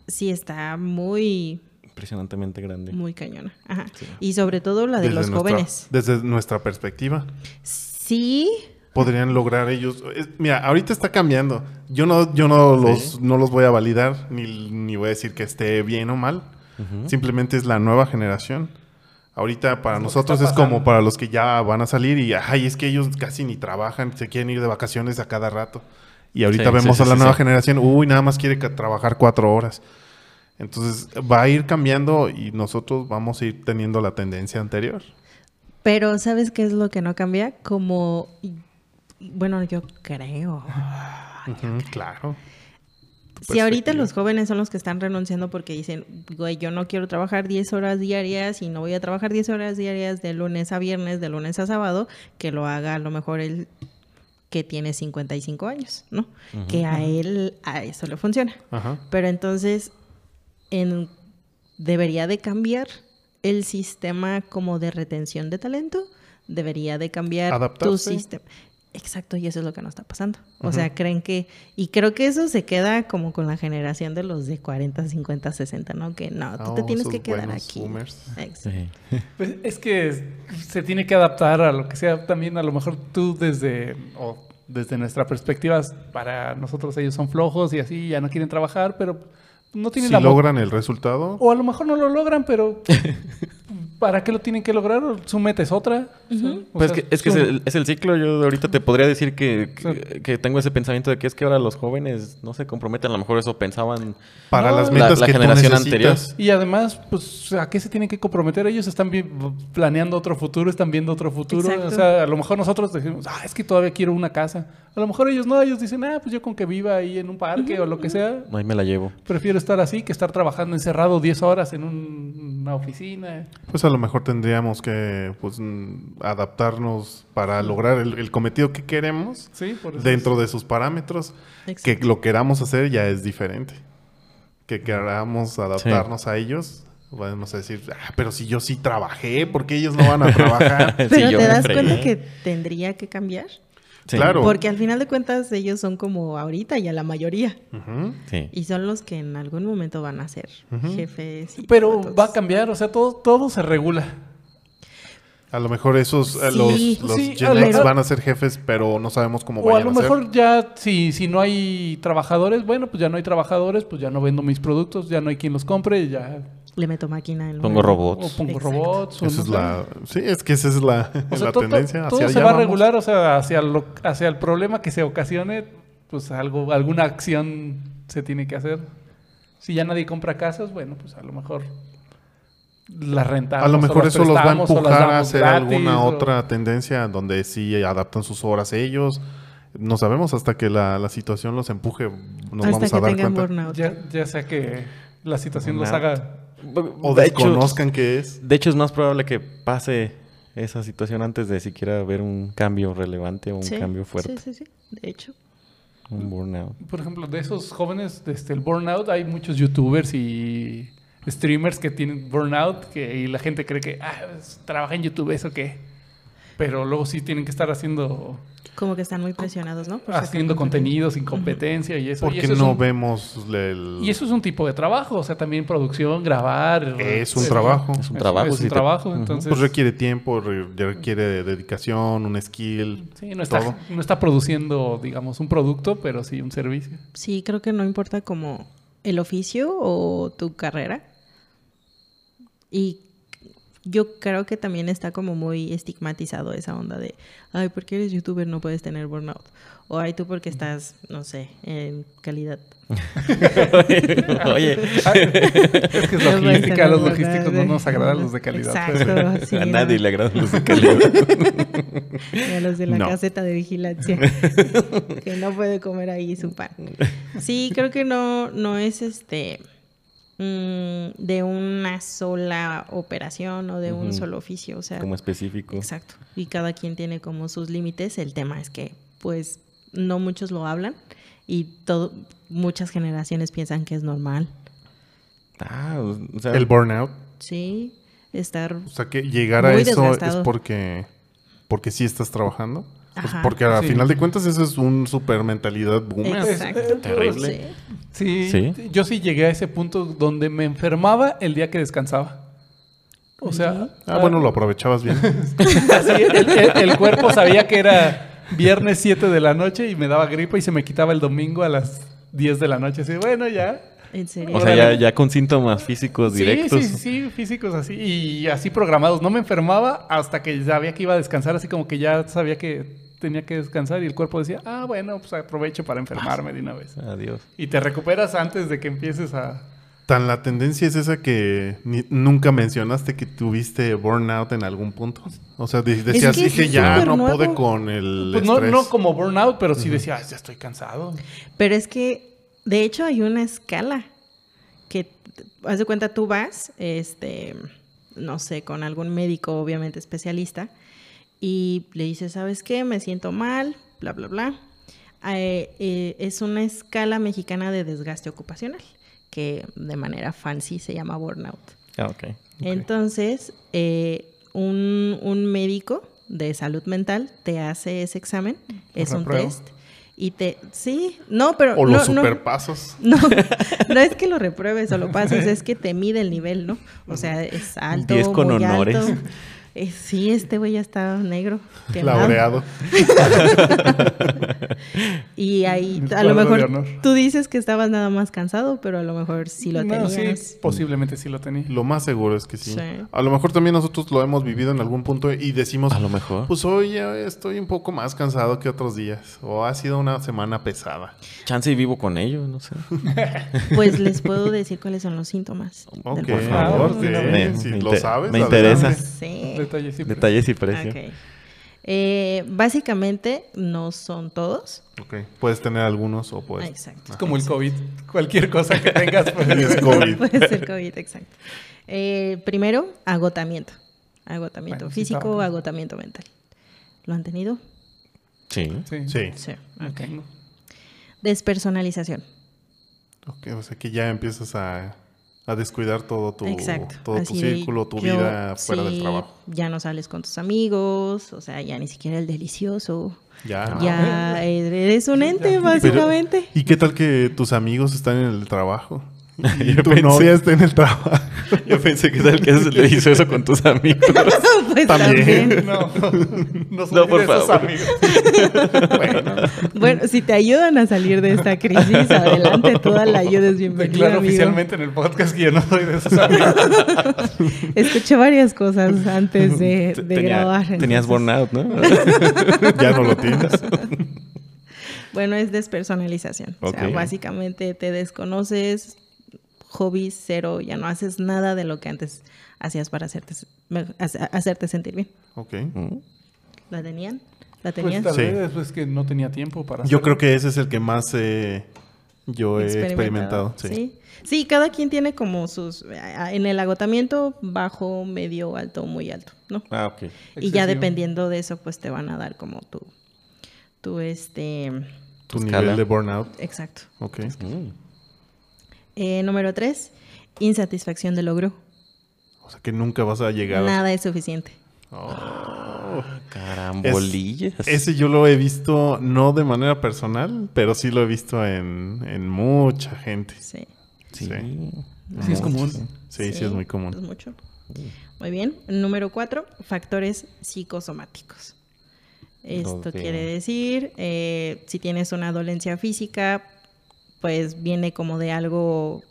S1: sí está muy,
S3: Impresionantemente grande.
S1: muy cañona. Ajá. Y sobre todo la de los
S2: nuestra-
S1: jóvenes.
S2: Desde nuestra perspectiva.
S1: Sí,
S2: podrían lograr ellos. Es- mira, ahorita está cambiando. Yo no, yo no los, no los voy a validar, ni, ni voy a decir que esté bien o mal. Simplemente es la nueva generación. Ahorita para nosotros es como para los que ya van a salir y ay, es que ellos casi ni trabajan, se quieren ir de vacaciones a cada rato. Y ahorita
S3: Sí,
S2: vemos
S3: sí,
S2: a
S3: sí,
S2: la
S3: sí,
S2: nueva
S3: sí.
S2: generación, uy, nada más quiere ca- trabajar cuatro horas. Entonces va a ir cambiando y nosotros vamos a ir teniendo la tendencia anterior.
S1: pero ¿sabes qué es lo que no cambia? Como, bueno, yo creo.
S2: Ujú, claro.
S1: Si ahorita los jóvenes son los que están renunciando porque dicen, güey, yo no quiero trabajar 10 horas diarias y no voy a trabajar 10 horas diarias de lunes a viernes, de lunes a sábado, que lo haga a lo mejor el que tiene 55 años, ¿no? Que a él, a eso le funciona.
S2: Ajá.
S1: Pero entonces, en- debería de cambiar el sistema como de retención de talento, debería de cambiar tu
S2: Adaptarse.
S1: sistema. Exacto, y eso es lo que nos está pasando. O sea, creen que, y creo que eso se queda como con la generación de los de 40, 50, 60, ¿no? Que no, tú te
S2: No,
S1: tienes
S2: Oh, esos
S1: que quedar
S2: buenos
S1: aquí.
S2: boomers.
S1: Exacto.
S3: Sí.
S4: Pues es que es- se tiene que adaptar a lo que sea también, a lo mejor tú desde, o desde nuestra perspectiva, para nosotros ellos son flojos y así, ya no quieren trabajar, pero no tienen
S2: si
S4: la mo-
S2: logran el resultado,
S4: O a lo mejor no lo
S3: *laughs*
S4: logran, pero ¿para qué lo tienen que lograr? Su meta es otra. Sí, o
S3: Pues
S4: sea,
S3: es que, es, que es
S4: su-
S3: el, es el ciclo. Yo ahorita te podría decir que, que- que tengo ese pensamiento de que es que ahora los jóvenes no se comprometen. A lo mejor eso pensaban
S2: para
S4: No,
S2: las
S4: la-
S2: metas
S3: la
S2: que tú
S3: generación
S2: necesitas.
S4: Y además, pues, ¿a qué se tienen que comprometer? Ellos están vi- planeando otro futuro, están viendo otro futuro.
S1: Exacto.
S4: O sea, a lo mejor nosotros decimos, ah, es que todavía quiero una casa. A lo mejor ellos no, ellos dicen, ah, pues yo con que viva ahí en un parque o lo que sea,
S3: Ahí me la llevo.
S4: prefiero estar así que estar trabajando encerrado 10 horas en un- una oficina.
S2: Pues a lo mejor tendríamos que pues, mm, adaptarnos para lograr el, el cometido que queremos
S4: Sí, por eso.
S2: dentro de sus parámetros. Que
S1: Exacto.
S2: lo queramos hacer ya es diferente. Que queramos adaptarnos a ellos. Vamos a decir, "Ah, pero si yo sí trabajé, ¿por qué ellos no van a
S4: *laughs*
S2: trabajar?
S1: Pero
S3: yo
S1: te
S3: me
S1: das
S3: fregué.
S1: cuenta que tendría que cambiar.
S3: Sí.
S2: Claro.
S1: Porque al final de cuentas ellos son como ahorita ya la mayoría.
S2: Ujú.
S3: Sí.
S1: Y son los que en algún momento van a ser jefes. y todo,
S4: Pero
S1: todos.
S4: va a cambiar, o sea, todo, todo se regula.
S2: A lo mejor esos, a los,
S1: Sí.
S2: los
S4: Sí,
S2: Gen
S4: a lo
S2: X
S4: mejor-
S2: van a ser jefes, pero no sabemos cómo
S4: O
S2: vayan
S4: a
S2: a,
S4: lo
S2: ser.
S4: mejor ya, si, si no hay trabajadores, bueno, pues ya no hay trabajadores, pues ya no vendo mis productos, ya no hay quien los compre, ya
S1: Le meto máquina en
S3: Pongo
S1: lugar de-
S4: o
S3: robots.
S4: pongo
S1: Exacto.
S4: robots. o
S2: Esa
S4: no
S2: es
S4: sé.
S2: la... Sí, es que esa es la,
S4: O sea,
S2: la
S4: to- to-
S2: tendencia.
S4: todo
S2: hacia
S4: se
S2: allá
S4: va a
S2: vamos.
S4: regular, o sea, hacia, lo, hacia el problema que se ocasione, pues algo, alguna acción se tiene que hacer. Si ya nadie compra casas, bueno, pues a lo mejor las rentamos.
S2: A lo
S4: o
S2: mejor
S4: las
S2: eso los va a
S4: prestamos, o las
S2: empujar a
S4: damos
S2: hacer
S4: gratis,
S2: alguna
S4: o-
S2: otra tendencia donde sí adaptan sus horas ellos. No sabemos hasta que la, la situación los empuje, nos
S1: hasta
S2: vamos
S1: que
S2: a dar
S1: tengan
S2: cuenta.
S1: burnout.
S4: Ya, ya sea que la situación los
S3: Burnout.
S4: haga.
S2: O
S3: De hecho,
S2: desconozcan qué es.
S3: de hecho, es más probable que pase esa situación antes de siquiera ver un cambio relevante o un
S1: Sí,
S3: cambio fuerte,
S1: Sí, sí, sí. De hecho. *laughs*
S3: un burnout.
S4: Por ejemplo, de esos jóvenes, desde el burnout, hay muchos youtubers y streamers que tienen burnout que, y la gente cree que, ah, pues, trabaja en YouTube, ¿eso qué? Pero luego sí tienen que estar haciendo,
S1: Como que
S4: Ah,
S1: están muy presionados,
S3: Pues,
S1: ¿no? Por sacar
S4: haciendo contenido sin competencia y eso. y
S2: Porque
S4: eso es
S2: no
S4: un-
S2: vemos el...
S4: Y eso es un tipo de trabajo, o sea, también producción, grabar. eh,
S2: Es un trabajo.
S3: Es un trabajo,
S4: Es un
S3: si te-
S4: trabajo,
S3: Ujú.
S4: entonces.
S2: Pues requiere tiempo, re- requiere dedicación, un skill.
S4: sí, no está,
S2: todo.
S4: no está produciendo, digamos, un producto, pero sí un servicio.
S1: Sí, creo que no importa como el oficio o tu carrera. Y yo creo que también está como muy estigmatizado esa onda de, ay, porque eres youtuber no puedes tener burnout. O ay, tú porque estás, no sé, en calidad.
S3: *laughs*
S4: *laughs*
S3: Oye, *laughs*
S4: Es
S1: *laughs*
S4: que es
S1: No puedes
S4: logística,
S1: tener
S4: los
S1: burnout,
S4: logísticos no
S1: ¿eh?
S4: nos agradan los de calidad. pues.
S1: Exacto,
S4: *laughs*
S1: así,
S3: a
S1: *laughs*
S3: nadie
S1: ¿no?
S3: le agradan los
S1: *laughs*
S3: de calidad.
S1: Y a los de la
S2: No.
S1: caseta de
S3: *laughs*
S1: vigilancia que no puede comer ahí su pan. Sí, creo que no, no es este mm, de una sola operación o de un
S3: Ujú.
S1: solo oficio. O sea,
S3: como específico.
S1: exacto. Y cada quien tiene como sus límites. El tema es que, pues, no muchos lo hablan y todo, muchas generaciones piensan que es normal.
S3: Ah, o sea,
S2: El burnout.
S1: Sí, estar
S2: O sea, que llegar a
S1: Muy
S2: eso es
S1: desgastado.
S2: porque, porque sí estás trabajando. Pues
S1: Ajá.
S2: porque al
S4: Sí.
S2: final de cuentas eso es un super mentalidad boom.
S4: Unas-
S1: exacto.
S3: Pues, Terrible.
S1: Sí.
S4: Sí,
S3: Sí.
S4: yo sí llegué a ese punto donde me enfermaba el día que descansaba. O sea,
S2: Ah, bueno, lo aprovechabas bien.
S4: *laughs* así, el, el- el cuerpo sabía que era viernes 7 de la noche y me daba gripa y se me quitaba el domingo a las 10 de la noche. Así, bueno, ya.
S1: En serio.
S3: o sea, ya, ya con síntomas físicos directos.
S4: Sí, sí, sí, físicos así y así programados. No me enfermaba hasta que sabía que iba a descansar, así como que ya sabía que tenía que descansar y el cuerpo decía, ah, bueno, pues aprovecho para enfermarme de una vez.
S3: Adiós.
S4: Y te recuperas antes de que empieces a...
S2: Tan la tendencia es esa que ni- nunca mencionaste que tuviste burnout en algún punto. O sea, de- decías,
S1: que es
S2: dije, ya
S1: súper
S2: no
S1: nuevo".
S2: pude con el
S4: Pues no,
S2: estrés".
S4: no como burnout, pero sí decía, "Ah, ya estoy cansado.
S1: Pero es que, de hecho, hay una escala que, t- haz de cuenta, tú vas, este, no sé, con algún médico, obviamente especialista, y le dices, ¿sabes qué? Me siento mal, bla, bla, bla. Eh, eh, es una escala mexicana de desgaste ocupacional, que de manera fancy se llama burnout.
S3: Ah, ok.
S1: Entonces, eh, un, un médico de salud mental te hace ese examen, es un
S4: repruebo.
S1: test, y te... Sí, no, pero...
S2: O
S1: no,
S2: los
S1: no,
S2: superpasos.
S1: no, no es que lo repruebes o lo pases, es que te mide el nivel, ¿no? O sea, es alto,
S3: Diez con
S1: muy
S3: honores.
S1: alto. Eh, sí, este güey ya está
S3: *laughs*
S1: negro, quemado.
S2: Laureado.
S1: Y ahí,
S4: El
S1: a lo
S4: cuadro de
S1: mejor
S4: honor.
S1: tú dices que estabas nada más cansado, pero a lo mejor sí lo
S4: No,
S1: tenías.
S4: sí, posiblemente sí lo tenía.
S2: Lo más seguro es que sí.
S1: Sí.
S2: A lo mejor también nosotros lo hemos vivido en algún punto y decimos,
S3: A lo mejor.
S2: pues hoy eh, estoy un poco más cansado que otros días. O ha sido una semana pesada.
S3: Chance y vivo con ellos, no sé.
S1: Pues les puedo decir cuáles son los síntomas. del
S2: Ok,
S1: burnout.
S2: por favor,
S4: de una
S2: sí,
S3: vez.
S2: si
S3: Me
S2: lo
S3: inter-
S2: sabes.
S3: me
S2: adelante.
S3: interesa.
S1: Sí.
S4: Detalles sí,
S3: *laughs*
S4: pero-
S3: Detalles y precio.
S1: Ok. Eh, básicamente no son todos. Ah,
S2: Ok, Puedes tener algunos o puedes.
S1: exacto.
S4: Es como el COVID. Cualquier cosa que tengas. pues,
S1: *laughs*
S2: Es COVID.
S1: Puede ser COVID, exacto. Eh, primero, agotamiento. Agotamiento
S4: Bueno, sí
S1: físico,
S4: estaba.
S1: agotamiento mental. ¿Lo han tenido?
S3: Sí.
S4: Sí. Ah,
S2: Sí.
S1: Sí.
S4: Lo tengo.
S1: Despersonalización.
S2: Ok, o sea que ya empiezas a, a descuidar todo tu,
S1: exacto.
S2: todo tu
S1: Así de,
S2: círculo, tu
S1: yo,
S2: vida fuera del
S1: sí,
S2: trabajo.
S1: Ya no sales con tus amigos, o sea, ya ni siquiera el delicioso.
S2: Ya.
S1: Ya eres un ente,
S2: Pero,
S1: básicamente.
S2: ¿Y qué tal que tus amigos están en el
S3: *laughs*
S2: trabajo? Y
S3: Yo
S2: tu
S3: pensé-
S2: novia está en el trabajo. *laughs*
S3: Yo pensé que tal que le hizo eso con tus amigos.
S1: *laughs* Pues
S2: También.
S1: también.
S4: *laughs* No, no soy
S3: No, por
S4: de esos
S3: favor.
S4: amigos.
S1: Bueno, si te ayudan a salir de esta crisis, adelante, toda la ayuda es bienvenida.
S4: Declaro
S1: amigo.
S4: oficialmente en el podcast que yo no soy de esos amigos.
S1: Escuché varias cosas antes de, de
S3: Tenía-
S1: grabar.
S3: Tenías
S1: entonces- *laughs*
S3: burnout, ¿no?
S2: ya no lo tienes.
S1: Bueno, es despersonalización. O sea,
S3: Ok.
S1: básicamente te desconoces, hobbies cero, ya no haces nada de lo que antes hacías para hacerte, se- me- hace- hacerte sentir bien.
S2: Ok.
S3: *laughs* Mm.
S1: ¿La tenían? ¿La
S4: Pues
S1: tenían?
S4: tal
S2: Sí.
S4: vez es que no tenía tiempo para
S2: Yo
S4: hacerlo.
S2: creo que ese es el que más eh, Yo he experimentado, sí.
S1: sí. Sí, cada quien tiene como sus... a- a- En el agotamiento, bajo, medio, alto, muy alto, ¿no?
S3: Ah, ok.
S1: Y ya
S4: Excesivo.
S1: dependiendo de eso, pues te van a dar como tu... Tu este...
S2: Tu
S3: Escala.
S2: nivel de burnout.
S1: Exacto.
S2: Ok.
S3: Mm.
S1: Eh, número tres, insatisfacción del logro.
S2: O sea que nunca vas a llegar. a-
S1: Nada es suficiente.
S3: Carambolillas.
S2: Ese yo lo he visto, no de manera personal, pero sí lo he visto en, en mucha gente.
S1: Sí.
S3: Sí.
S2: sí.
S4: Sí, es común.
S2: Sí, sí, es muy común. Mm.
S1: es mucho. Muy bien. Número cuatro, factores psicosomáticos. Esto
S3: Ok.
S1: quiere decir, eh, si tienes una dolencia física, pues viene como de algo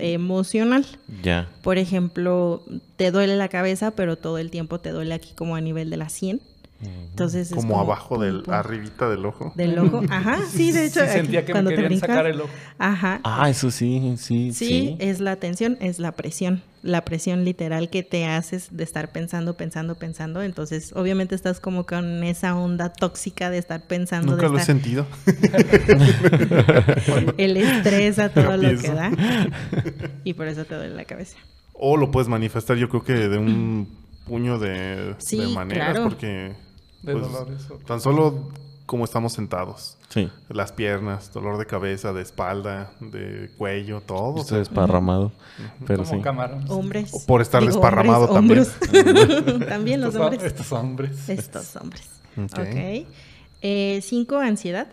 S1: emocional.
S3: Ya.
S1: Por ejemplo, te duele la cabeza, pero todo el tiempo te duele aquí como a nivel de la sien. Entonces es
S2: Como, abajo
S1: pum,
S2: del,
S1: pum,
S2: arribita del ojo.
S1: del ojo. Ajá, sí, de hecho,
S4: Sí
S1: aquí
S4: sentía que me
S1: cuando te
S4: querían
S1: brincas.
S4: sacar el ojo.
S1: Ajá.
S3: Ah, eso sí,
S1: Sí, eh.
S3: sí, sí.
S1: es la tensión, es la presión, la presión literal que te haces de estar pensando, pensando, pensando. Entonces, obviamente estás como con esa onda tóxica de estar pensando,
S2: Nunca
S1: de
S2: lo he
S1: estar-
S2: sentido.
S1: el estrés a todo lo que
S2: pienso.
S1: da. Y por eso te duele la cabeza.
S2: O lo puedes manifestar, yo creo que de un *clears throat* puño de,
S1: Sí,
S2: de maneras,
S1: claro.
S2: porque
S4: De
S2: pues,
S4: dolores, ok.
S2: tan solo como estamos sentados,
S3: Sí.
S2: las piernas, dolor de cabeza, de espalda, de cuello, todo. o
S3: Está
S2: sea,
S3: desparramado. Pero
S4: como
S3: sí.
S4: cámaras.
S1: Hombres.
S2: O por estar
S1: Digo,
S2: desparramado
S1: hombres, hombros. *laughs* también los
S4: Estos,
S1: hombres.
S4: estos hombres.
S1: Estos hombres.
S2: Ok.
S1: Ok. Eh, cinco, ansiedad.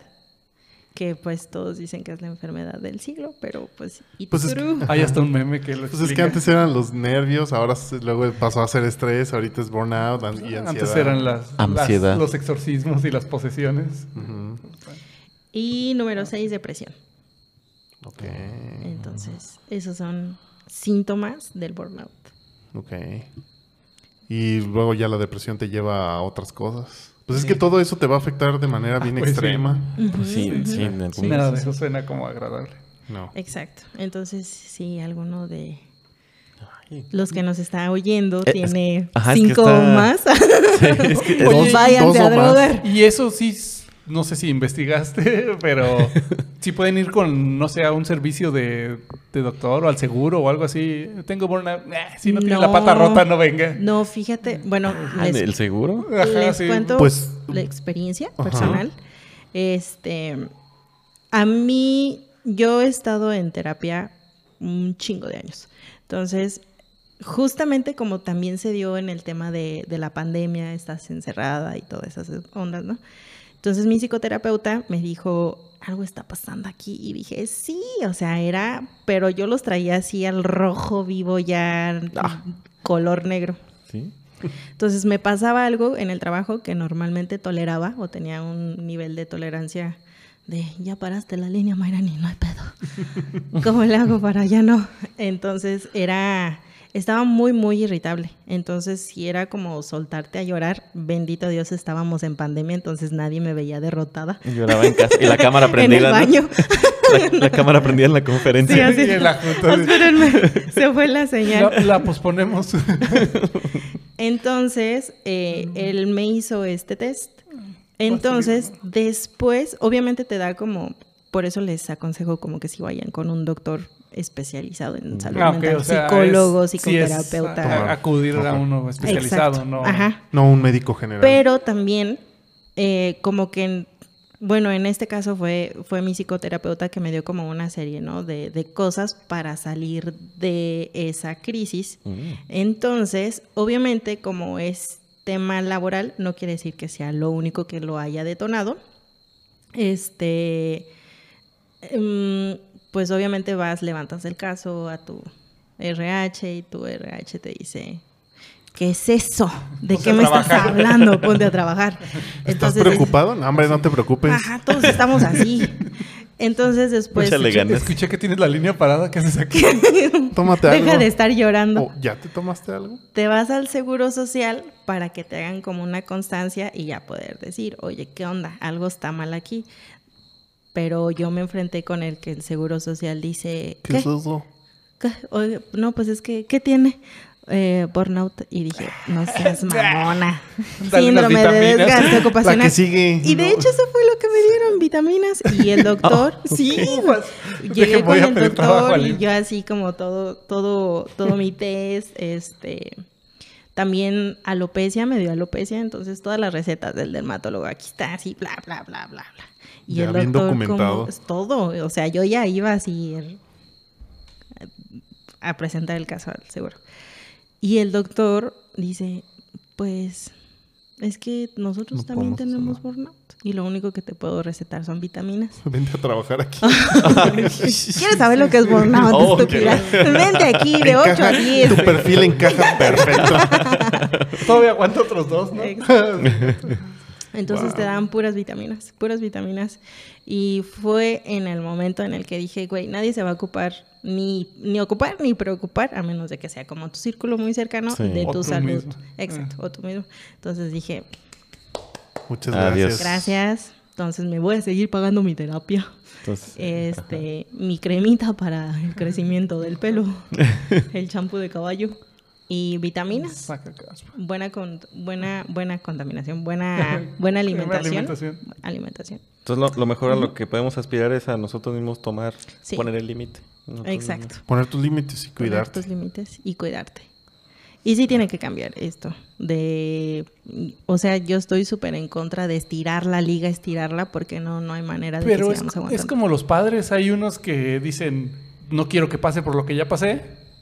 S1: Que pues todos dicen que es la enfermedad del siglo, pero pues... it's
S2: Pues es-
S1: true.
S4: Hay hasta un meme que lo
S2: pues es que
S4: explica.
S2: antes eran los nervios, ahora se- luego pasó a ser estrés, ahorita es burnout an- y ansiedad.
S4: Antes eran las, las-
S3: Ansiedad.
S4: los exorcismos y las posesiones.
S1: Y número seis, depresión.
S2: Ok,
S1: Entonces, esos son síntomas del burnout.
S2: ok. Y luego ya la depresión te lleva a otras cosas. Pues es que todo eso te va a afectar de manera bien
S4: pues sí.
S2: extrema.
S3: Pues sí, sí, en algún-
S4: Nada de eso suena como agradable.
S1: Eh,
S2: No.
S1: Exacto. Entonces, si alguno de
S3: Ay.
S1: los que nos está oyendo
S3: Eh,
S1: tiene
S3: ajá, es que
S1: cinco
S3: está-
S1: más,
S3: Es que-
S1: *laughs* pues
S2: Dos-
S1: váyanse a
S2: dos o más.
S1: drogar.
S4: Y eso sí, s- no sé si investigaste, *laughs* pero sí pueden ir con, no sé, a un servicio de, de doctor o al seguro o algo así. Tengo burnout. Nah, si no, tienes
S1: No.
S4: la pata rota, no venga.
S1: No, fíjate, bueno,
S3: Ah,
S1: les,
S3: ¿El seguro?
S4: Ajá,
S1: les
S4: sí. *laughs*
S1: cuento
S2: Pues-
S1: la experiencia
S2: Ajá.
S1: personal. Este, a mí, yo he estado en terapia un chingo de años. Entonces, justamente como también se dio en el tema de, de la pandemia, estás encerrada y todas esas ondas, ¿no? Entonces mi psicoterapeuta me dijo, algo está pasando aquí. Y dije, sí, o sea, era, pero yo los traía así al rojo vivo ya,
S3: Ah.
S1: color negro.
S3: Sí.
S1: Entonces me pasaba algo en el trabajo que normalmente toleraba o tenía un nivel de tolerancia de ya paraste la línea, Mayrani, no hay pedo.
S3: *laughs*
S1: ¿Cómo le hago para ya no? Entonces era, estaba muy, muy irritable. Entonces si era como soltarte a llorar, bendito Dios, estábamos en pandemia, entonces nadie me veía derrotada.
S3: Lloraba en casa. Y la cámara
S1: *laughs*
S3: prendida.
S1: en el baño.
S3: ¿no? *laughs* La, la cámara prendida en la conferencia.
S1: Sí, así.
S4: Y la junta
S1: *laughs*
S4: de-
S1: Espérenme, se fue la señal.
S4: La, la posponemos. *laughs*
S1: Entonces, eh, él me hizo este test.
S4: Ah,
S1: Entonces, después, obviamente te da como, por eso les aconsejo como que si vayan con un doctor especializado en salud
S4: Ah, ok,
S1: mental,
S4: o sea,
S1: psicólogo,
S4: es- sí es ah,
S1: psicoterapeuta.
S4: a- acudir a
S2: Ajá.
S4: uno especializado,
S1: Exacto.
S4: ¿no?
S1: Ajá.
S2: No un médico general.
S1: Pero también, eh, como que, en- bueno, en este caso fue, fue mi psicoterapeuta que me dio como una serie, ¿no? De, de cosas para salir de esa crisis.
S3: Mm.
S1: Entonces, obviamente, como es tema laboral, no quiere decir que sea lo único que lo haya detonado. Este, em, pues obviamente vas, levantas el caso a tu RH y tu RH te dice, ¿qué es eso? ¿De
S4: Ponte
S1: qué
S4: a
S1: me estás
S4: trabajar".
S1: hablando? Ponte a trabajar.
S2: ¿Estás
S1: Entonces,
S2: preocupado? pues. No, hombre, no te preocupes.
S1: Ajá, todos estamos así. Entonces después... *laughs*
S3: Échale ganas.
S4: Escuché que tienes la línea parada, ¿qué haces aquí?
S2: Tómate algo.
S1: Deja de estar llorando.
S2: Oh, ¿Ya te tomaste algo?
S1: te vas al seguro social para que te hagan como una constancia y ya poder decir, oye, ¿qué onda? Algo está mal aquí. Pero yo me enfrenté con el que el seguro social dice,
S2: ¿Qué,
S1: ¿qué?
S2: es eso?
S1: ¿Qué? Oye, no, pues es que, ¿qué tiene? eh, burnout y dije, no seas mamona.
S4: Dale unas
S1: Síndrome de
S4: vitaminas.
S1: desgaste
S2: La
S1: ocupacional.
S2: que sigue.
S1: Pues Y de
S2: No.
S1: hecho eso fue lo que me dieron, vitaminas. Y
S4: *laughs*
S1: el doctor, sí, güey.
S4: Deje,
S1: Llegué
S4: Ah, voy
S1: con
S4: a
S1: el
S4: pedir trabajo
S1: doctor
S4: al
S1: y
S4: IMSS.
S1: yo así como todo, todo, todo mi test, este... También alopecia, me dio alopecia, entonces todas las recetas del dermatólogo, aquí está, así, bla, bla, bla, bla, bla. Y
S2: Ya
S1: el
S2: bien
S1: doctor, como,
S2: documentado.
S1: es todo, o sea, yo ya iba así el- a presentar el caso al seguro. Y el doctor dice, pues es que nosotros
S2: No
S1: también
S2: podemos
S1: tenemos
S2: hacer
S1: burnout y lo único que te puedo recetar son
S2: *laughs*
S1: vitaminas.
S2: *laughs* Vente a trabajar aquí.
S1: ¿Quieres saber lo que es
S2: *laughs*
S1: burnout,
S3: Oh, qué
S1: estúpida? Vente aquí de 8 a
S2: Encaja-
S1: 10.
S2: Tu perfil encaja perfecto.
S4: Todavía aguanto otros dos,
S1: *laughs*
S4: ¿no?
S1: Entonces te dan puras vitaminas, puras vitaminas. Y fue en el momento en el que dije, güey, nadie se va a ocupar, ni, ni ocupar ni preocupar, a menos de que sea como tu círculo muy cercano
S3: Sí.
S1: de tu
S4: O tú
S1: salud.
S4: mismo. Ah.
S1: Exacto, o tú mismo. Entonces dije,
S2: Muchas gracias.
S3: Adiós.
S1: gracias, entonces me voy a seguir pagando mi terapia.
S3: Entonces,
S1: Este, mi cremita para el crecimiento del pelo, el champú de caballo y vitaminas.
S4: Saca caspa.
S1: Buena con, buena buena contaminación,
S4: *laughs*
S1: buena Ah, buena alimentación.
S4: alimentación.
S1: Alimentación.
S3: entonces lo, lo mejor a lo que podemos aspirar es a nosotros mismos tomar,
S1: Sí.
S3: poner el límite. Nosotros
S1: Exacto.
S2: Poner tus límites y
S1: Poner
S2: cuidarte.
S1: tus límites y cuidarte. Y sí tiene que cambiar esto de o sea, yo estoy súper en contra de estirar la liga, estirarla porque no no hay manera de
S4: Pero
S1: que
S4: es,
S1: sigamos
S4: es
S1: aguantando.
S4: como los padres, hay unos que dicen, no quiero que pase por lo que ya pasé,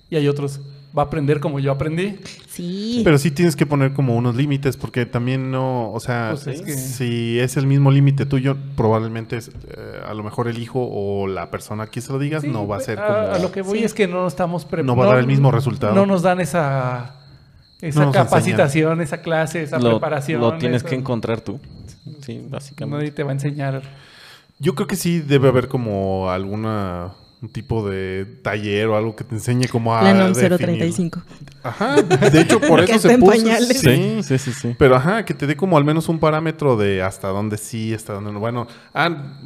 S4: y hay otros, va a aprender como yo aprendí.
S1: Sí.
S2: Pero sí tienes que poner como unos límites, porque también no, o sea,
S4: Pues es que-
S2: si es el mismo límite tuyo, probablemente es, eh, a lo mejor el hijo o la persona que se lo digas
S4: Sí,
S2: no va a ser como...
S4: A, a lo que voy
S1: Sí.
S4: es que no estamos preparados.
S2: No va a dar el mismo resultado.
S4: No nos dan esa, esa
S2: No nos
S4: capacitación, esa clase, esa
S3: lo,
S4: preparación.
S3: lo tienes
S4: eso.
S3: que encontrar tú. Sí, básicamente.
S4: Nadie te va a enseñar.
S2: Yo creo que sí debe haber como alguna un tipo de taller o algo que te enseñe como a
S1: la NOM
S2: definir.
S1: 035.
S2: Ajá, de hecho por
S1: Que
S2: eso
S1: está
S2: se
S1: en
S2: puso.
S1: pañales.
S2: Sí.
S3: Sí, sí, sí, sí.
S2: Pero ajá, que te dé como al menos un parámetro de hasta dónde sí, hasta dónde no. Bueno, ah,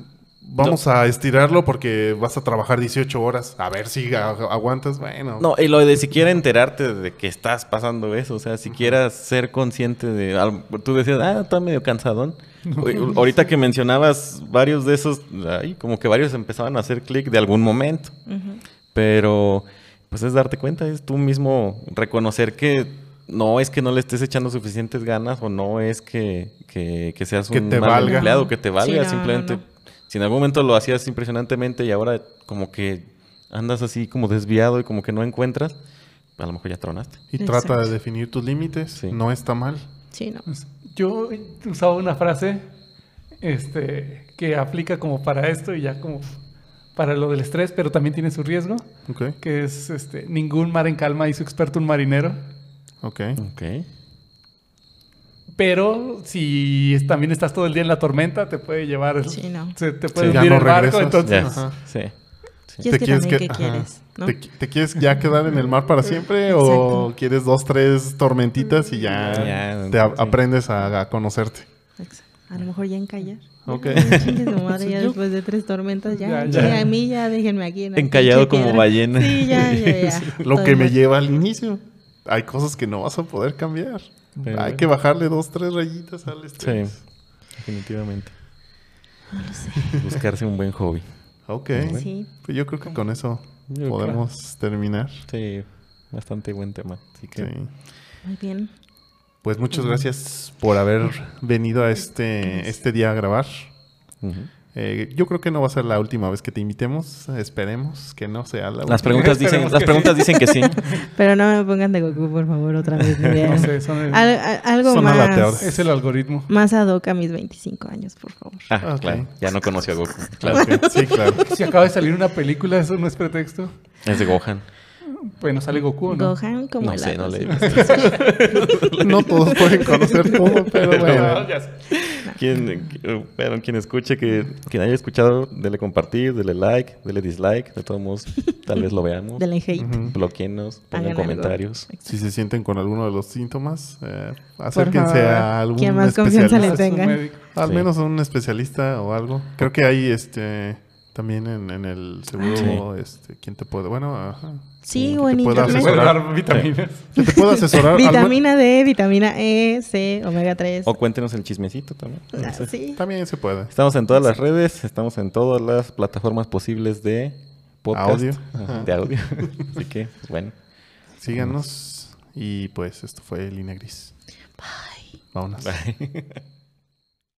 S2: vamos a estirarlo porque vas a trabajar 18 horas. A ver si a- aguantas. Bueno,
S3: No, y lo de siquiera enterarte de que estás pasando eso, o sea, siquiera ser consciente de... al- Tú decías, ah, está medio cansadón. O- Ahorita que mencionabas varios de esos, ay, como que varios empezaban a hacer clic de algún momento,
S1: Ujú.
S3: pero pues es darte cuenta, es tú mismo reconocer que no es que no le estés echando suficientes ganas o no es que, que, que seas
S2: Que
S3: un
S2: te
S3: mal
S2: valga.
S3: empleado, que te
S1: Sí,
S3: valga,
S1: no, no,
S3: simplemente...
S1: no.
S3: Si en algún momento lo hacías impresionantemente y ahora como que andas así como desviado y como que no encuentras, a lo mejor ya tronaste.
S2: y
S1: Exacto.
S2: trata de definir tus límites.
S3: Sí.
S2: No está mal.
S1: Sí, no.
S4: Pues, Yo usaba una frase este, que aplica como para esto y ya como para lo del estrés, pero también tiene su riesgo,
S2: Ok,
S4: que es este, ningún mar en calma hizo experto un marinero.
S2: ok.
S3: Ok.
S4: Pero si es- también estás todo el día en la tormenta, te puede llevar.
S1: Sí, no.
S4: se- te puede
S2: Sí, ya
S4: hundir
S2: no
S4: el barco,
S2: regresas.
S4: entonces.
S3: Ya,
S2: Ajá.
S3: Sí.
S1: Y es que también qué
S2: ajá.
S1: quieres, ¿no?
S2: ¿Te, qui- te quieres ya quedar en el mar para siempre o quieres dos, tres tormentitas y ya,
S3: Ya,
S2: te a-
S3: sí.
S2: aprendes a, a conocerte?
S1: Exacto. A lo mejor ya encallar.
S2: Ok.
S1: Chingue su madre, ya después de tres tormentas, ya,
S4: Ya, ya.
S1: ya, a mí ya déjenme aquí. En la
S3: Encallado
S1: pinche
S3: como
S1: piedra.
S3: ballena.
S1: Sí, ya, ya, ya.
S2: *laughs* Lo
S1: Todo
S2: que me
S1: mal.
S2: lleva al inicio. Hay cosas que no vas a poder cambiar.
S3: Pero-
S2: Hay que bajarle dos, tres rayitas al
S3: Sí.
S2: estrés.
S3: Definitivamente. Buscarse un buen hobby.
S2: Ok.
S1: Sí.
S2: Pues yo creo que con eso
S3: Yo
S2: podemos terminar.
S3: Sí, bastante buen tema. Así que
S2: Sí.
S1: Muy bien.
S2: Pues muchas gracias por haber venido a este, este día a grabar.
S3: Ujú.
S2: Eh, yo creo que no va a ser la última vez que te invitemos. Esperemos que no sea la última.
S3: las preguntas dicen,
S4: Esperemos
S3: las
S4: que
S3: preguntas dicen que sí.
S1: Pero no me pongan de Goku, por favor, otra vez. mi idea.
S4: *laughs* No sé, son el-
S1: Al- a- algo
S2: Son
S1: más,
S2: alateadores.
S4: es el algoritmo.
S1: más ad hoc a mis 25 años, por favor.
S3: Ah,
S2: Ok.
S3: claro. Ya no conoció a Goku. Claro.
S2: Claro que- *laughs* sí, claro.
S4: Si acaba de salir una película, eso no es pretexto.
S3: Es de Gohan.
S4: Bueno, sale Goku, ¿o ¿no?
S1: Gohan como
S3: No
S1: el
S3: sé,
S1: *laughs*
S3: no
S1: Atlas.
S3: le
S2: No todos pueden conocer todo, pero bueno.
S4: Ya sé.
S3: Quien, eh, bueno, quien escuche, que, quien haya escuchado, dele compartir, dele like, dele dislike. De todos modos, tal vez lo veamos.
S1: Del hate.
S2: Ujú.
S3: Bloqueenos,
S1: Hagan
S3: pongan
S1: algo.
S3: comentarios.
S1: Exacto.
S2: Si se sienten con alguno de los síntomas, eh, acérquense
S1: favor,
S2: a algún
S1: quien más confianza
S2: especialista.
S1: le
S4: Es un
S1: tengan.
S4: médico.
S2: Al
S3: Sí.
S2: menos un especialista o algo. Creo que hay este También en, en el seguro, este, ¿quién te puede? Bueno, ajá.
S1: Sí,
S2: ¿quién
S1: o
S2: te
S1: en
S2: puede
S1: internet.
S4: Puede
S2: asesorar?
S4: dar vitaminas.
S2: ¿Quién te
S1: *laughs*
S2: puede asesorar?
S1: Vitamina D, vitamina E, C, omega 3.
S3: O cuéntenos el chismecito también.
S1: Ah, sí.
S2: Algo- También se puede.
S3: Estamos en todas las redes, estamos en todas las plataformas posibles de podcast.
S2: Audio.
S3: Ajá, De audio. *laughs* Así que, bueno.
S2: Síganos. Y pues esto fue Línea Gris. Vámonos.
S3: Bye.